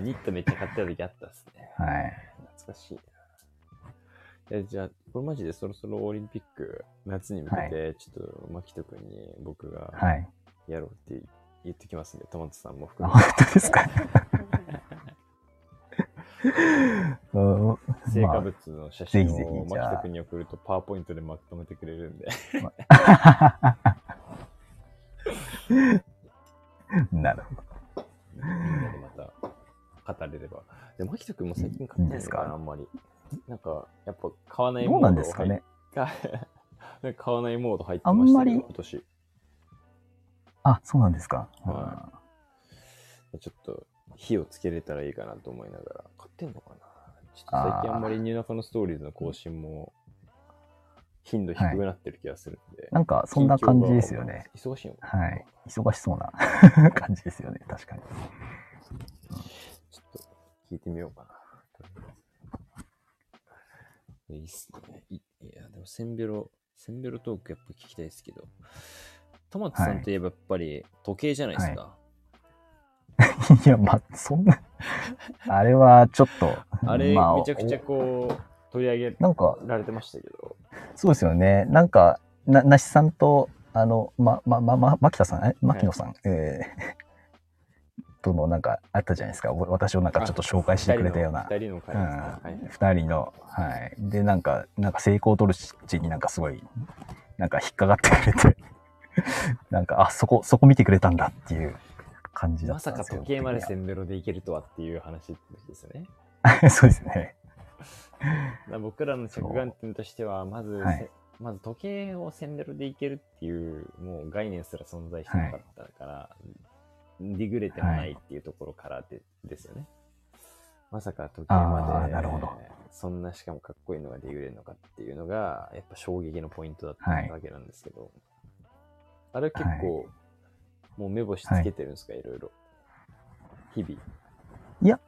A: ニットめっちゃ買ってた時あったっすね。
B: はい。
A: 懐かしいな。えじゃあ、これマジでそろそろオリンピック、夏に向けて、ちょっと、牧人君に僕が
B: はい。
A: やろうって言ってきますんで、トマトさんも含
B: あ
A: め
B: <laughs> 本当で
A: <laughs>
B: すか。うん
A: 成
B: ま
A: 果
B: あ
A: 物の写
B: ぜ
A: 真
B: ひぜ
A: を
B: ひじゃあ
A: 牧人君に送るとパワーポイントでまとめてくれるんで
B: <laughs> なるほ
A: みんなでまた語れればで牧人君も最近買ってないのか
B: いいんです
A: な
B: か
A: あんまりなんかやっぱ買 <laughs> わない
B: ど。どう
A: モ
B: なん
A: ード
B: ですか
A: 入っ
B: ね。
A: <laughs> なんか買わないモード入ってましたけ
B: あんまり
A: ど今年
B: あ、そうなんですか。
A: はちょっと火をつけれたらいいかなと思いながら買ってんのかなちょっと最近
B: あー
A: あんまりニューナカのストーリーズの更新も頻度低くなってる気がするんで、
B: なんか、そんな感じですよね。
A: 忙しいのかな
B: はい。忙しそうな <laughs> 感じですよね。確かに。
A: ちょっと聞いてみようかな。いいっすね。いいや、でもセンベロ、センベロトークやっぱ聞きたいですけど、トマトさんといえばやっぱり時計じゃないですか。
B: いや、まあ、そ
A: <laughs>
B: んな、あれはちょっと、
A: あれ、
B: ま
A: めちゃくちゃこう、取り上げ
B: なんか、
A: られてましたけど、
B: そうですよね。なんか、な、なしさんと、あの、ま、ま、ま、ま、牧田さん、え、牧野さん、えーとの、なんか、あったじゃないですか。お私をなんかちょっと紹介してくれたような。
A: 二人の会
B: う
A: で
B: ん
A: すか、はい。
B: 二人の、はい。で、なんか、なんか成功取るしになんかすごい、なんか引っかかってくれて、 <laughs> なんか、あ、そこ、そこ見てくれたんだっていう感じだ
A: ま
B: っ
A: さ
B: たんで
A: か
B: すよ。
A: 時計まで
B: 僕
A: センベロでいけるとはっていう話ですね。
B: 的には <laughs> そうですね。
A: だから僕らの着眼点としては、まず、
B: はい
A: せまず時計をセンベロでいけるっていう、もう概念すら存在してなかったから、ディグれてもないっていうところからで,、ですよね。まさか時計まで、
B: あーなるほど
A: そんなしかもかっこいいのがディグれるのかっていうのが、やっぱ衝撃のポイントだった
B: はい
A: わけなんですけど、あれ結構、もう目星つけてるんですか、いろいろ。日々。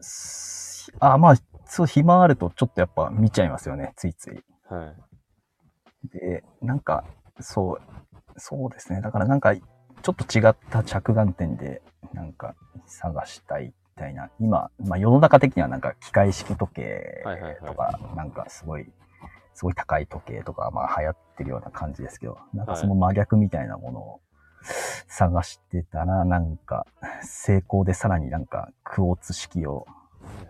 B: すあ、まあ、そう、暇あるとちょっとやっぱ見ちゃいますよね、ついつい。
A: はい。
B: で、なんか、そう、そうですね。だからなんか、ちょっと違った着眼点で、なんか、探したいみたいな。今、まあ世の中的にはなんか機械式時計
A: はいはいはい
B: とか、なんかすごい、すごい高い時計とか、まあ流行ってるような感じですけど、なんかその真逆みたいなものを探してたら、なんか、成功でさらになんか、クォーツ式を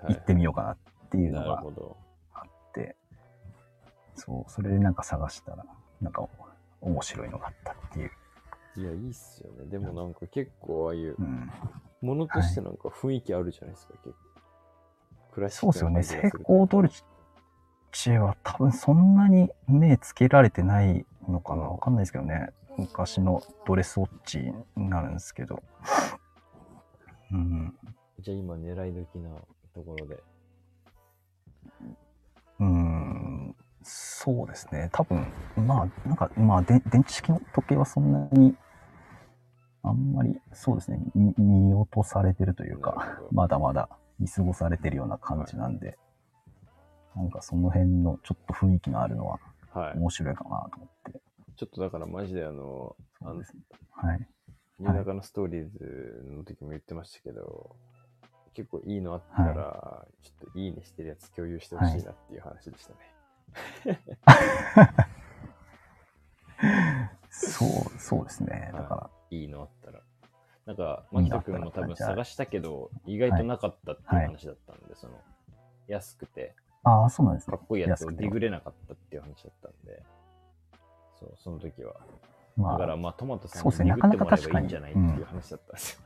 A: はい
B: 行ってみようかなっていうの
A: なる
B: が
A: ほど。
B: って、そう、それでなんか探したら、なんか面白いのがあったっていう。
A: いや、いいっすよね。でもなんか結構ああいう
B: う、ん、
A: ものとしてなんか雰囲気あるじゃないですか、結構。クラシッ
B: そうです
A: ク
B: よ
A: な
B: ね。
A: 感じが
B: 成
A: する
B: 功ドルチェは多分そんなに目つけられてないのかな。わかんないですけどね。昔のドレスウォッチになるんですけど。うん。
A: じゃあ今狙い時なところで。
B: うん。そうですね。多分、まあ、なんか、まあ、で電池式の時計はそんなに、あんまり、そうですね、み見落とされてるというか、
A: なるほど
B: まだまだ見過ごされてるような感じなんで、なんかその辺のちょっと雰囲気のあるのは
A: はい。
B: 面白いかなと思って。
A: ちょっとだからマジであの、あ
B: そう
A: の
B: ですね。はい。
A: 新潟のストーリーズの時も言ってましたけど、結構いいのあったら、ちょっといいねしてるやつ共有してほしいなっていう話でしたね。
B: そう、そうですね。
A: はい
B: だから、
A: い、いのあったら。なんか、牧田君も多分探したけど、意外となかったっていう話だったんで、その、安くて、
B: ああ、そうなんです
A: か
B: ね
A: っ。こいいやつを
B: 安くて
A: ディグれなかったっていう話だったんで、そう、その時は。だ
B: ま
A: から
B: あ、
A: まあ、トマトさん
B: そう
A: に
B: で
A: ディ
B: すね
A: グってもら
B: な
A: え
B: かなか確
A: ばいい
B: かに
A: んじゃないっていう話だったんです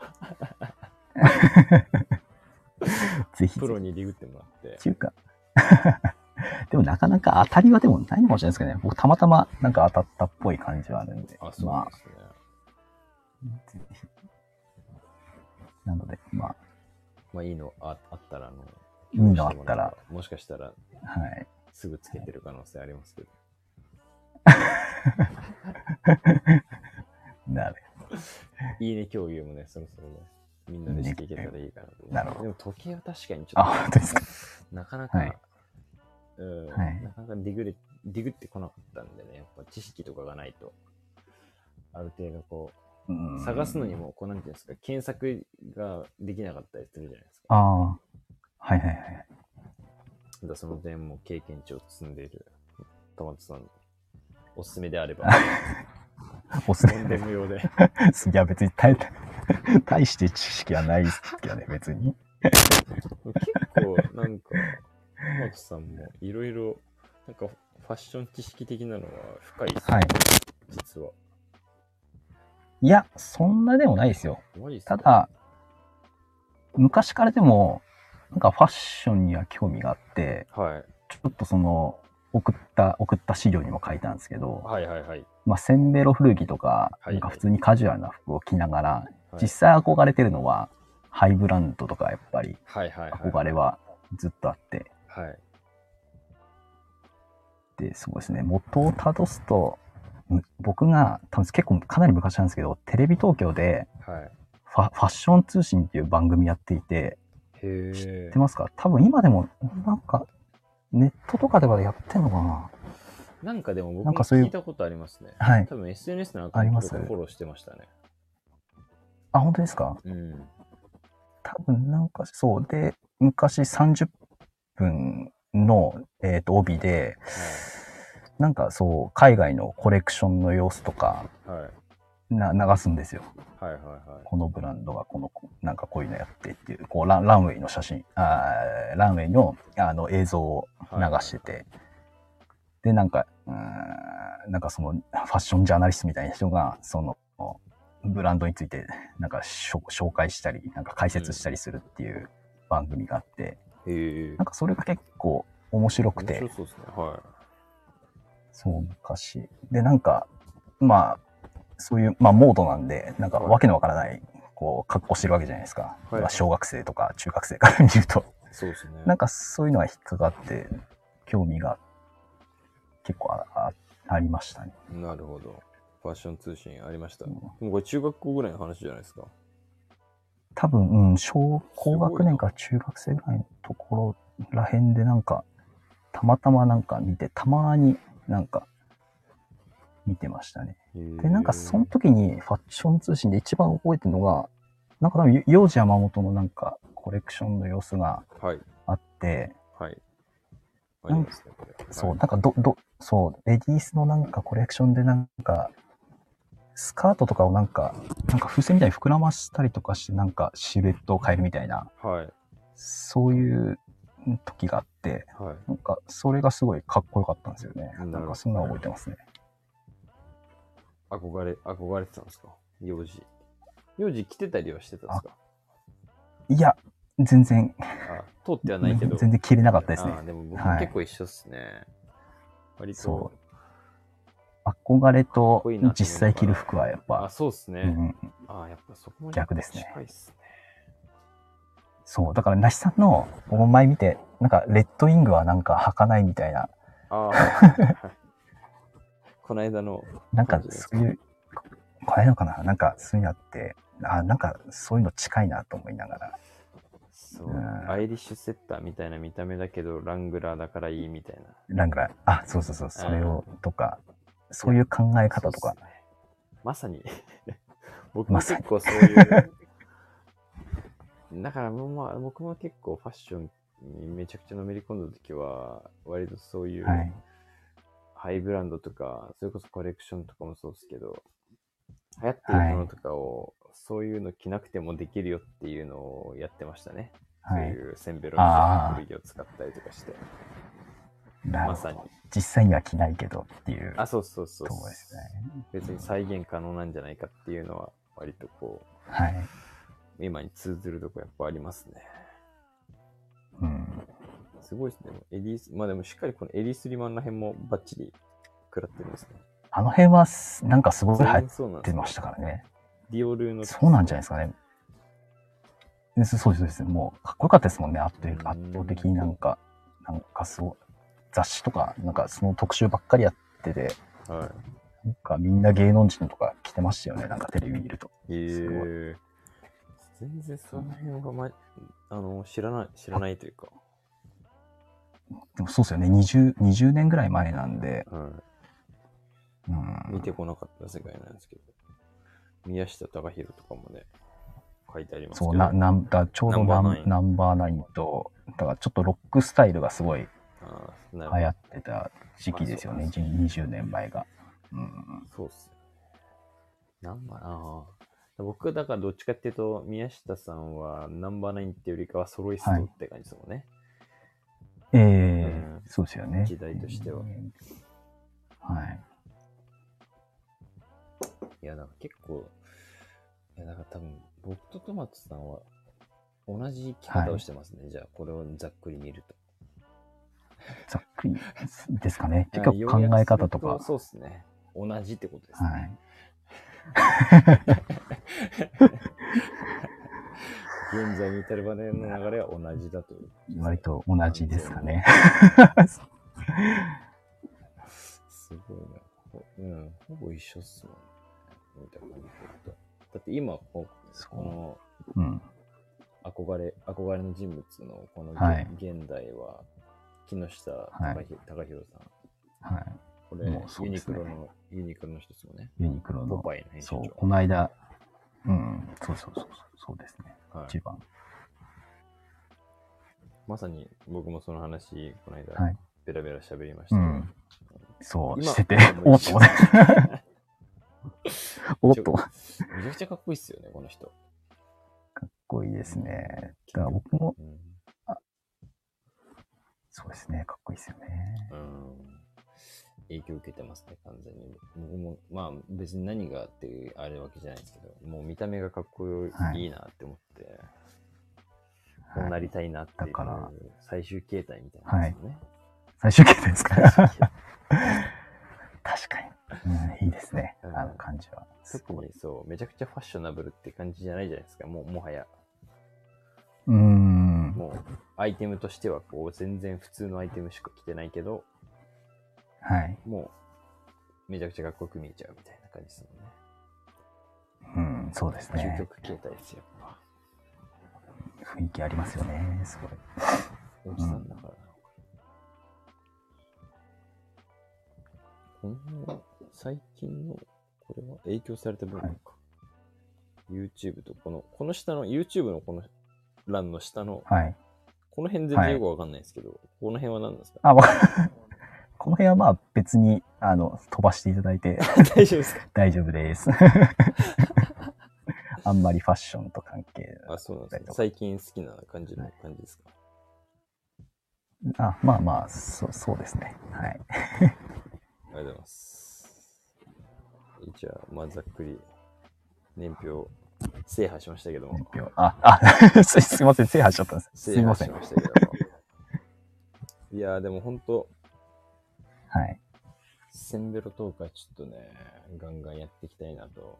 A: よ。
B: ぜひぜひ。
A: プロにディグってもらって
B: っ。ていうか、 <laughs> でもなかなか当たりはでもないのかもしれないですけどね。僕たまたまなんか当たったっぽい感じはあるんで。
A: あ、そうなん
B: ま
A: ですね。
B: あ、ぜひなので、まあ、
A: まあ、いいのああったら、あの、
B: いいのあったら、
A: もしかしたら
B: はい。
A: すぐつけてる可能性ありますけど。
B: なる。
A: いいね共有もね、そろそろね、みんなでしていけたらいいかなと思う。
B: なるほど
A: でも時計は確かにちょ
B: あ、
A: っ
B: 本当ですか。
A: と、なかなか、
B: はい
A: うん
B: はい
A: なかなかディグれディグってこなかったんでね、やっぱ知識とかがないと、ある程度こ
B: うん
A: う、探すのに。も、こう、なんていうんですか、検索ができなかったりするじゃないですか。
B: ああ、はいはいはい。
A: だからその点も経験値を積んでいる、トマトさん、おすすめであれば、
B: おすす
A: と
B: め
A: ん
B: で。
A: です無用で。
B: いや、別に大、大して知識はないですけどね、別に。
A: 結構なんか、マートさんもいろいろ、なんかファッション知識的なのは深いですね、
B: はい。
A: 実は。
B: いや、そんなでもないですよ。
A: マジっす
B: た
A: か、
B: だ、昔からでも、なんかファッションには興味があって、
A: はい、
B: ちょっとその、送った、送った資料にも書いたんですけど、
A: はいはいはい。
B: まあ、センベロ古着とか、
A: はい
B: なんか普通にカジュアルな服を着ながら、
A: はい
B: 実際憧れてるのは、ハイブランドとかやっぱり
A: はいはいはい。
B: 憧れはずっとあって、
A: はい。
B: で、そうですね、元をたどすと、む僕が、多分結構かなり昔なんですけど、テレビ東京で
A: はい。
B: ファファッション通信っていう番組やっていて、
A: へ
B: 知っ
A: え
B: て。ますか多分今でも、なんか、ネットとかではやってんのかな
A: なんかでも僕
B: な
A: も
B: んかそういう
A: 聞いたことありますね。
B: はい。
A: 多分 SNS のアカウントとかフォローしてましたね。
B: あ、本当ですか
A: うん。
B: 多分なんかそうで昔30分の、えー、と帯でなんかそう海外のコレクションの様子とか
A: はい。はい。
B: な流すんですよ
A: はいはいはい。
B: このブランドがこのなんかこういうのやってっていうこうランランウェイの写真あーランウェイのあの映像を流してて、でなんかうーんなんかそのファッションジャーナリストみたいな人がそのブランドについてなんかしょ紹介したりなんか解説したりするっていう番組があって、
A: へえ
B: なん。かそれが結構面白く
A: 面
B: て
A: 白そうですね。は
B: そう昔でなんかまあそういう、まあ、モードなんでなんか
A: はい
B: わけのわからないこう格好してるわけじゃないですか、
A: はい
B: まあ小学生とか中学生から見ると
A: い。そうですね。
B: なんかそういうのが引っかかって興味が結構ああありましたね。
A: なるほど。ファッション通信ありました。
B: う
A: で
B: ん
A: もこれ中学校ぐらいの話じゃないですか。
B: 多分、うん、小、
A: すごい
B: 高
A: な
B: 学年から中学生ぐらいのところらへんでなんか、たまたまなんか見て、たまになんか見てましたね。で、
A: で
B: なんかその時にファッション通信で一番覚えてるのが、なんか多分、幼児山本のなんかコレクションの様子が
A: はい、
B: あって、
A: はい。あ
B: なん
A: りますね、これ。
B: そう、
A: はい
B: なんかど、ど、そう、レディースのなんかコレクションでなんか、スカートとかをなんか、なんか風船みたいに膨らましたりとかして、なんかシルエットを変えるみたいな、
A: はい、
B: そういう時があって、
A: はい。
B: なんかそれがすごいかっこよかったんですよね。
A: なるほど
B: なんかそんなの覚えてますね。
A: 憧れ、憧れてたんですか幼児。幼児着てたりはしてたんですか
B: いや、全然、
A: あ通ってはないけど。
B: 全然着れなかったですね
A: あ。ーでも僕
B: は
A: も
B: い
A: 結構一緒っすね。割と
B: そ。憧れ
A: っ
B: と
A: こいいなと思う
B: 実際着る服はやっ
A: あ、
B: ぱ、
A: そうっす
B: う
A: ね。
B: ん、
A: あーやっぱそこも
B: 逆ですね
A: 近いっすね。
B: そう、だから、なしさんの、お前見て、なんか、レッドウィングはなんか履かないみたいな
A: ああ。 <laughs> この間の、
B: なんか
A: 感じです
B: そ
A: か
B: ういう、これのかななんかそういうのあって、あ、なんかそういうの近いなと思いながら。
A: そう
B: うん、
A: アイリッシュセッターみたいな見た目だけど、ラングラーだからいいみたいな。
B: なんか、あ、そうそうそう、それを、とか、そういう考え方と
A: そ
B: か
A: うっ、すね。まさに。 <laughs> 僕も
B: まさ
A: 結
B: に
A: 構そういう。だからもう、まあ、僕も結構ファッションにめちゃくちゃのめり込んだ時は、割とそういう
B: はい。
A: ハイブランドとか、それこそコレクションとかもそうですけど、流行ってるものとかを、そういうの着なくてもできるよっていうのをやってましたね。
B: は
A: そう
B: い。
A: いうセンベロみたいな古着を使ったりとかして、
B: なる
A: ま
B: ほ
A: さ
B: ど
A: に。
B: 実際には着ないけどっていう
A: あ、そうそうそう
B: と
A: そう
B: ころですね。
A: 別に再現可能なんじゃないかっていうのは、割とこう、
B: はい。
A: 今に通ずるとこやっぱありますね。
B: うん。
A: すごいですね。エリス、まあでもしっかりこのエリスリマンら辺もバッチリ食らってるんですね。
B: あの辺はす、なんかすごい入っ
A: 全そうなんで
B: て
A: す
B: ましたからね。
A: ディオールの。
B: そうなんじゃな
A: い
B: いですかね。でそそうです、そうです。もう、かっこよかったですもんね。圧倒
A: うん
B: 圧倒的になんか、なんかそう、雑誌とか、なんかその特集ばっかりやってて、
A: は
B: なんかみんな芸能人とか来てましたよね。なんかテレビ見ると。
A: い。え
B: すご
A: ー、全然その辺は、ま、あの、知らない、知らないというか。
B: でもそうですよね。20、20年ぐらい前なんで、
A: は
B: う
A: い。
B: ん。
A: 見てこなかった世界なんですけど。宮下隆弘とかもね、書いてありますけど。
B: そうななんだちょうどナ
A: ナンバー
B: ン
A: ナイン
B: ナンバーナインとだからちょっとロックスタイルがすごい
A: あーなるほ
B: 流行ってた時期ですよね
A: まあそう
B: 20年前が、うん、
A: ど。そうっすよね。なんばなあ僕、だからどっちかっていうと、宮下さんはナンバーナインっていうよりかはソロイスト
B: はい
A: って感じですもんね。
B: ええ
A: うん
B: そうですよね
A: 時代としては
B: うんはい
A: いや、なんか結構、いや、なんか多分、僕とトマトさんは同じ生き方をしてますね。じゃあ、これをざっくり見ると。
B: ざっくりですか
A: <laughs>
B: ね結
A: あ
B: 構考え方と。
A: 要
B: か
A: 約するそうですね。同じってことですね。
B: はい
A: 現在に至るまでの流れは同じだという。
B: 割と同じですかね
A: すごいな。ほうん、ほぼ一緒っすもんね。見た感じで言うとだって今こう、
B: <laughs> そ
A: この
B: う、うん、
A: 憧れ、憧れの人物のこの、
B: はい
A: 現代は、木下
B: は
A: 隆ひ隆弘さん。
B: は
A: これ、
B: もうそ
A: ユ
B: うで
A: ニ
B: す
A: ク
B: ね
A: ロの、ユニクロの人ですもんね。
B: いユニクロ
A: ポ
B: の
A: パイの編集
B: そ
A: 長
B: う。この間うんそうそうそうそうそうですね
A: はい
B: 一番
A: まさに僕もその話、この間、
B: はい
A: ベラベラ喋りました
B: う
A: けど。
B: んそう
A: 今
B: してて
A: も
B: <laughs>
A: う
B: おっ
A: 一
B: と
A: 緒 <laughs>
B: 思っておっ
A: ちょ
B: と
A: めちゃくちゃかっこいいっすよね、この人。
B: かっこいいですね。だから僕も、
A: うん。
B: そうですね、かっこいいですよね。
A: うん影響受けてますね、完全に。僕も、まあ別に何がっていうあれわけじゃないですけど、もう見た目がかっこよ
B: はい
A: いいなって思って、こうなりたいなっていう、
B: だから
A: 最終形態みたいなやつね。
B: 最終形態ですか
A: 最終形
B: <laughs> 確かに、うん。いいですね、
A: うん
B: あの感じは。
A: 特にそう、めちゃくちゃファッショナブルって感じじゃないじゃないですか、もうもはや。
B: うーん。
A: もう、アイテムとしては、こう、全然普通のアイテムしか着てないけど、
B: はい。
A: もう、めちゃくちゃかっこよく見えちゃうみたいな感じですもんね。
B: うん、そうです
A: 究
B: ね。
A: 極形態ですよ、やっぱ。
B: 雰囲気ありますよね、すごい。
A: おじさんだからな。この、最近の、これは影響された分野か。YouTube と、この、この下の、YouTube のこの欄の下の、
B: はい。
A: この辺全然よくわかんないですけど、この辺は何なんですか
B: あ、わかこの辺はまあ別に、あの、飛ばしていただいて
A: <laughs> 大丈夫ですか
B: 大丈
A: <laughs>
B: 夫です。あんまりファッションと関係
A: あ、そうなんですね。最近好きな感じの感じですか。
B: あ、まあまあ、そうそうですね。はい。
A: ありがとうございます。じゃあ、まあ、ざっくり、年表、制覇しましたけども
B: 年。表。あ、あ、 <laughs> すすいません、制覇しちゃったんです。す
A: 制
B: いま
A: 覇
B: せ
A: し
B: ん。は
A: ましたけども。いやー、でも本当、
B: い。
A: センベロトークはちょっとね、ガンガンやっていきたいなと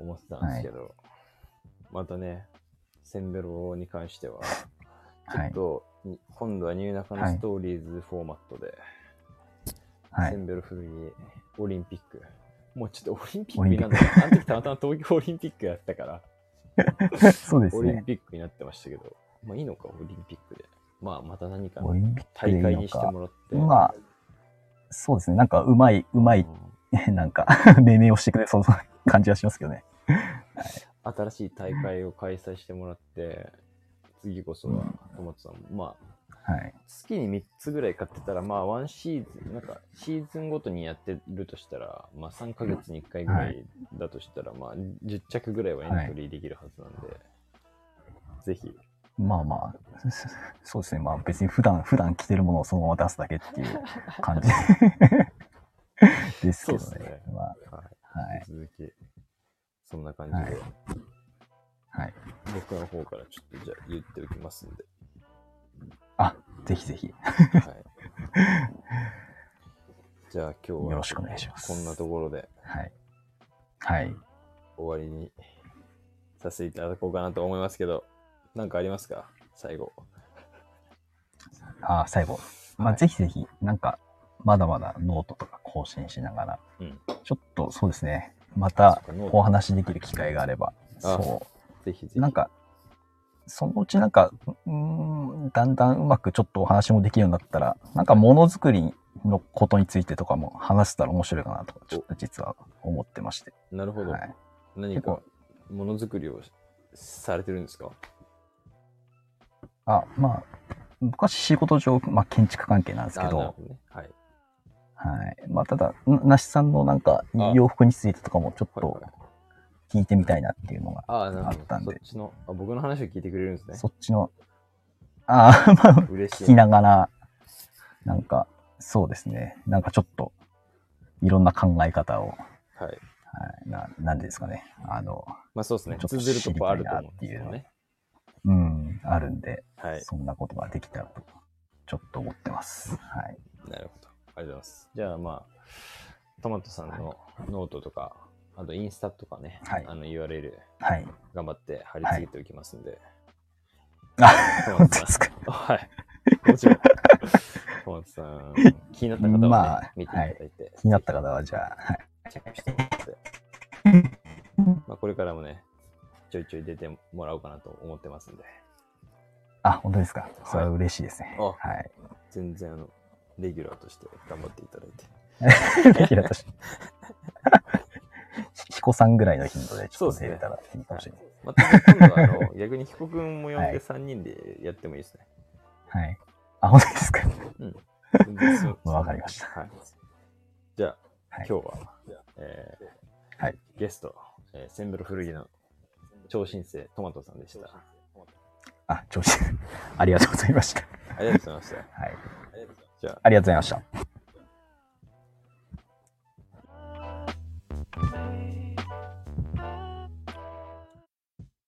A: 思ってたんですけど、またね、センベロに関しては、ちょ
B: は
A: っ
B: い。
A: と、に今度はニューナカの
B: はい
A: ストーリーズフォーマットで、
B: はい
A: セ。ンベロ古着、オリンピック。もうちょっとオリンピッ
B: オ
A: ク
B: リ
A: に
B: ンピ
A: な
B: ッ
A: ん
B: ク
A: だ。あの時たまたま東京オリンピックやったから、
B: そうです
A: オリン
B: ね。
A: ピックになってましたけど、まあいいのか、オリンピックで。まあまた何か
B: オ
A: の
B: リンピック
A: 大
B: でいい
A: 会
B: の
A: にして
B: か。
A: もらって。
B: まあ、そうですね。なんか、うまい、うまい、 <laughs> なんか、命名をしてくれそうな感じはしますけどね。
A: 新しい大会を開催してもらって、次こそは、ともさんも、まあ、
B: はい。
A: 月に3つぐらい買ってたら、まあ、ワンシーズン、なんか、シーズンごとにやってるとしたら、まあ、3ヶ月に1回ぐら
B: はい
A: だとしたら、まあ、10着ぐらいはエントリーできるはずなんで、ぜひ、
B: まあまあ、そそうですね。まあ別に普段、普段着てるものをそのまま出すだけっていう
A: <laughs>
B: 感じですけど
A: そう
B: ね。
A: ですね
B: まあ、
A: はい、
B: はい。
A: 続き、そんな感じで、
B: はい。
A: 僕の方からちょっとじゃあ言っておきますん
B: <laughs>
A: で、
B: あ、ぜひぜひ、よ
A: はい。じゃあ、今日
B: ろ
A: は
B: しくお願いします。
A: こんなところで、
B: はい。はい。
A: 終わりにさせていただこうかなと思いますけど、なんかありますか最後。
B: あ、最後。まあ、
A: はい
B: ぜひぜひ、なんか、まだまだノートとか更新しながら、
A: うん
B: ちょっとそうですね、ま
A: そ
B: た
A: っかノート
B: お話しできる機会があれば、
A: あ
B: そ
A: ぜひぜひ。
B: う、なんか、そのうちなんか、うーん、だんだんうまくちょっとお話もできるようになったら、なんかものづくりのことについてとかも話せたら面白いかなとか、ちょっと実は思ってまして。
A: なるほど。
B: はい、
A: 何
B: 結
A: か
B: 構、
A: ものづくりをされてるんですか
B: あ、まあ、昔仕事上、まあ、建築関係なんです
A: あ
B: け
A: なる
B: ど
A: ほ、ね。はい。
B: はい。まあ、ただ、ななしさんのなんか
A: あ
B: 洋服についてとかもちょっ
A: はい
B: と
A: はい、
B: 聞いてみたいなっていうのが、
A: ああ、なるほ
B: あったん
A: ど。そっ
B: で
A: ちの、あ僕の話を聞いてくれるんですね。
B: そっちの、ああ、 <laughs> まあ、
A: 嬉し
B: 聞
A: い
B: き。ながら、なんか、そうですね。なんかちょっと、いろんな考え方を、は
A: はい。
B: い、な、なんですかね。あの、
A: まあそうですね。
B: ちょっと
A: 通ずるとこあると思うんで
B: 知
A: す
B: りたい
A: よ
B: なっていう
A: ね。
B: うん、あるんで、
A: はい。
B: そんなことができたらと、ちょっと思ってます。はい。
A: なるほど。ありがとうございます。じゃあまあ、トマトさんのノートとか、あとインスタとかね、
B: はい
A: あの URL
B: はい。
A: 頑張って貼り付けておきますんで。
B: あ、
A: トマ
B: 本
A: ト
B: 当
A: さん
B: ですか。
A: はい。もちろん。トマトさん、気になった方は、ね
B: まあ
A: 見ていただいて、
B: <laughs> 気になった方は、じゃあ、はい。
A: チェックしてもらって、まあ、これからもね、ちょいちょい出てもらおうかなと思ってますんで、
B: あ、本当ですか。それは嬉しいですね。
A: あ
B: はい。 <laughs>
A: 全然あのレギュラーとして頑張っていただいて。
B: できるとし。 <laughs> 彦さんぐらいの頻度でちょっと出れたらいいかもしれない。
A: また、今度はあの逆に彦君も呼ん
B: は
A: で
B: い
A: 3人でやってもいいですね。
B: はい。あ、本当ですか。
A: 全然そう
B: わかりました。
A: はい、じゃあ、
B: はい
A: 今日は、えー
B: はい
A: ゲスト、えーセンブロ古着の超新星トマトさんでした。
B: あ、調子。ありがとうございました。 <laughs>
A: ありがとうございました。
B: はい。
A: じゃあ
B: ありがとうございました。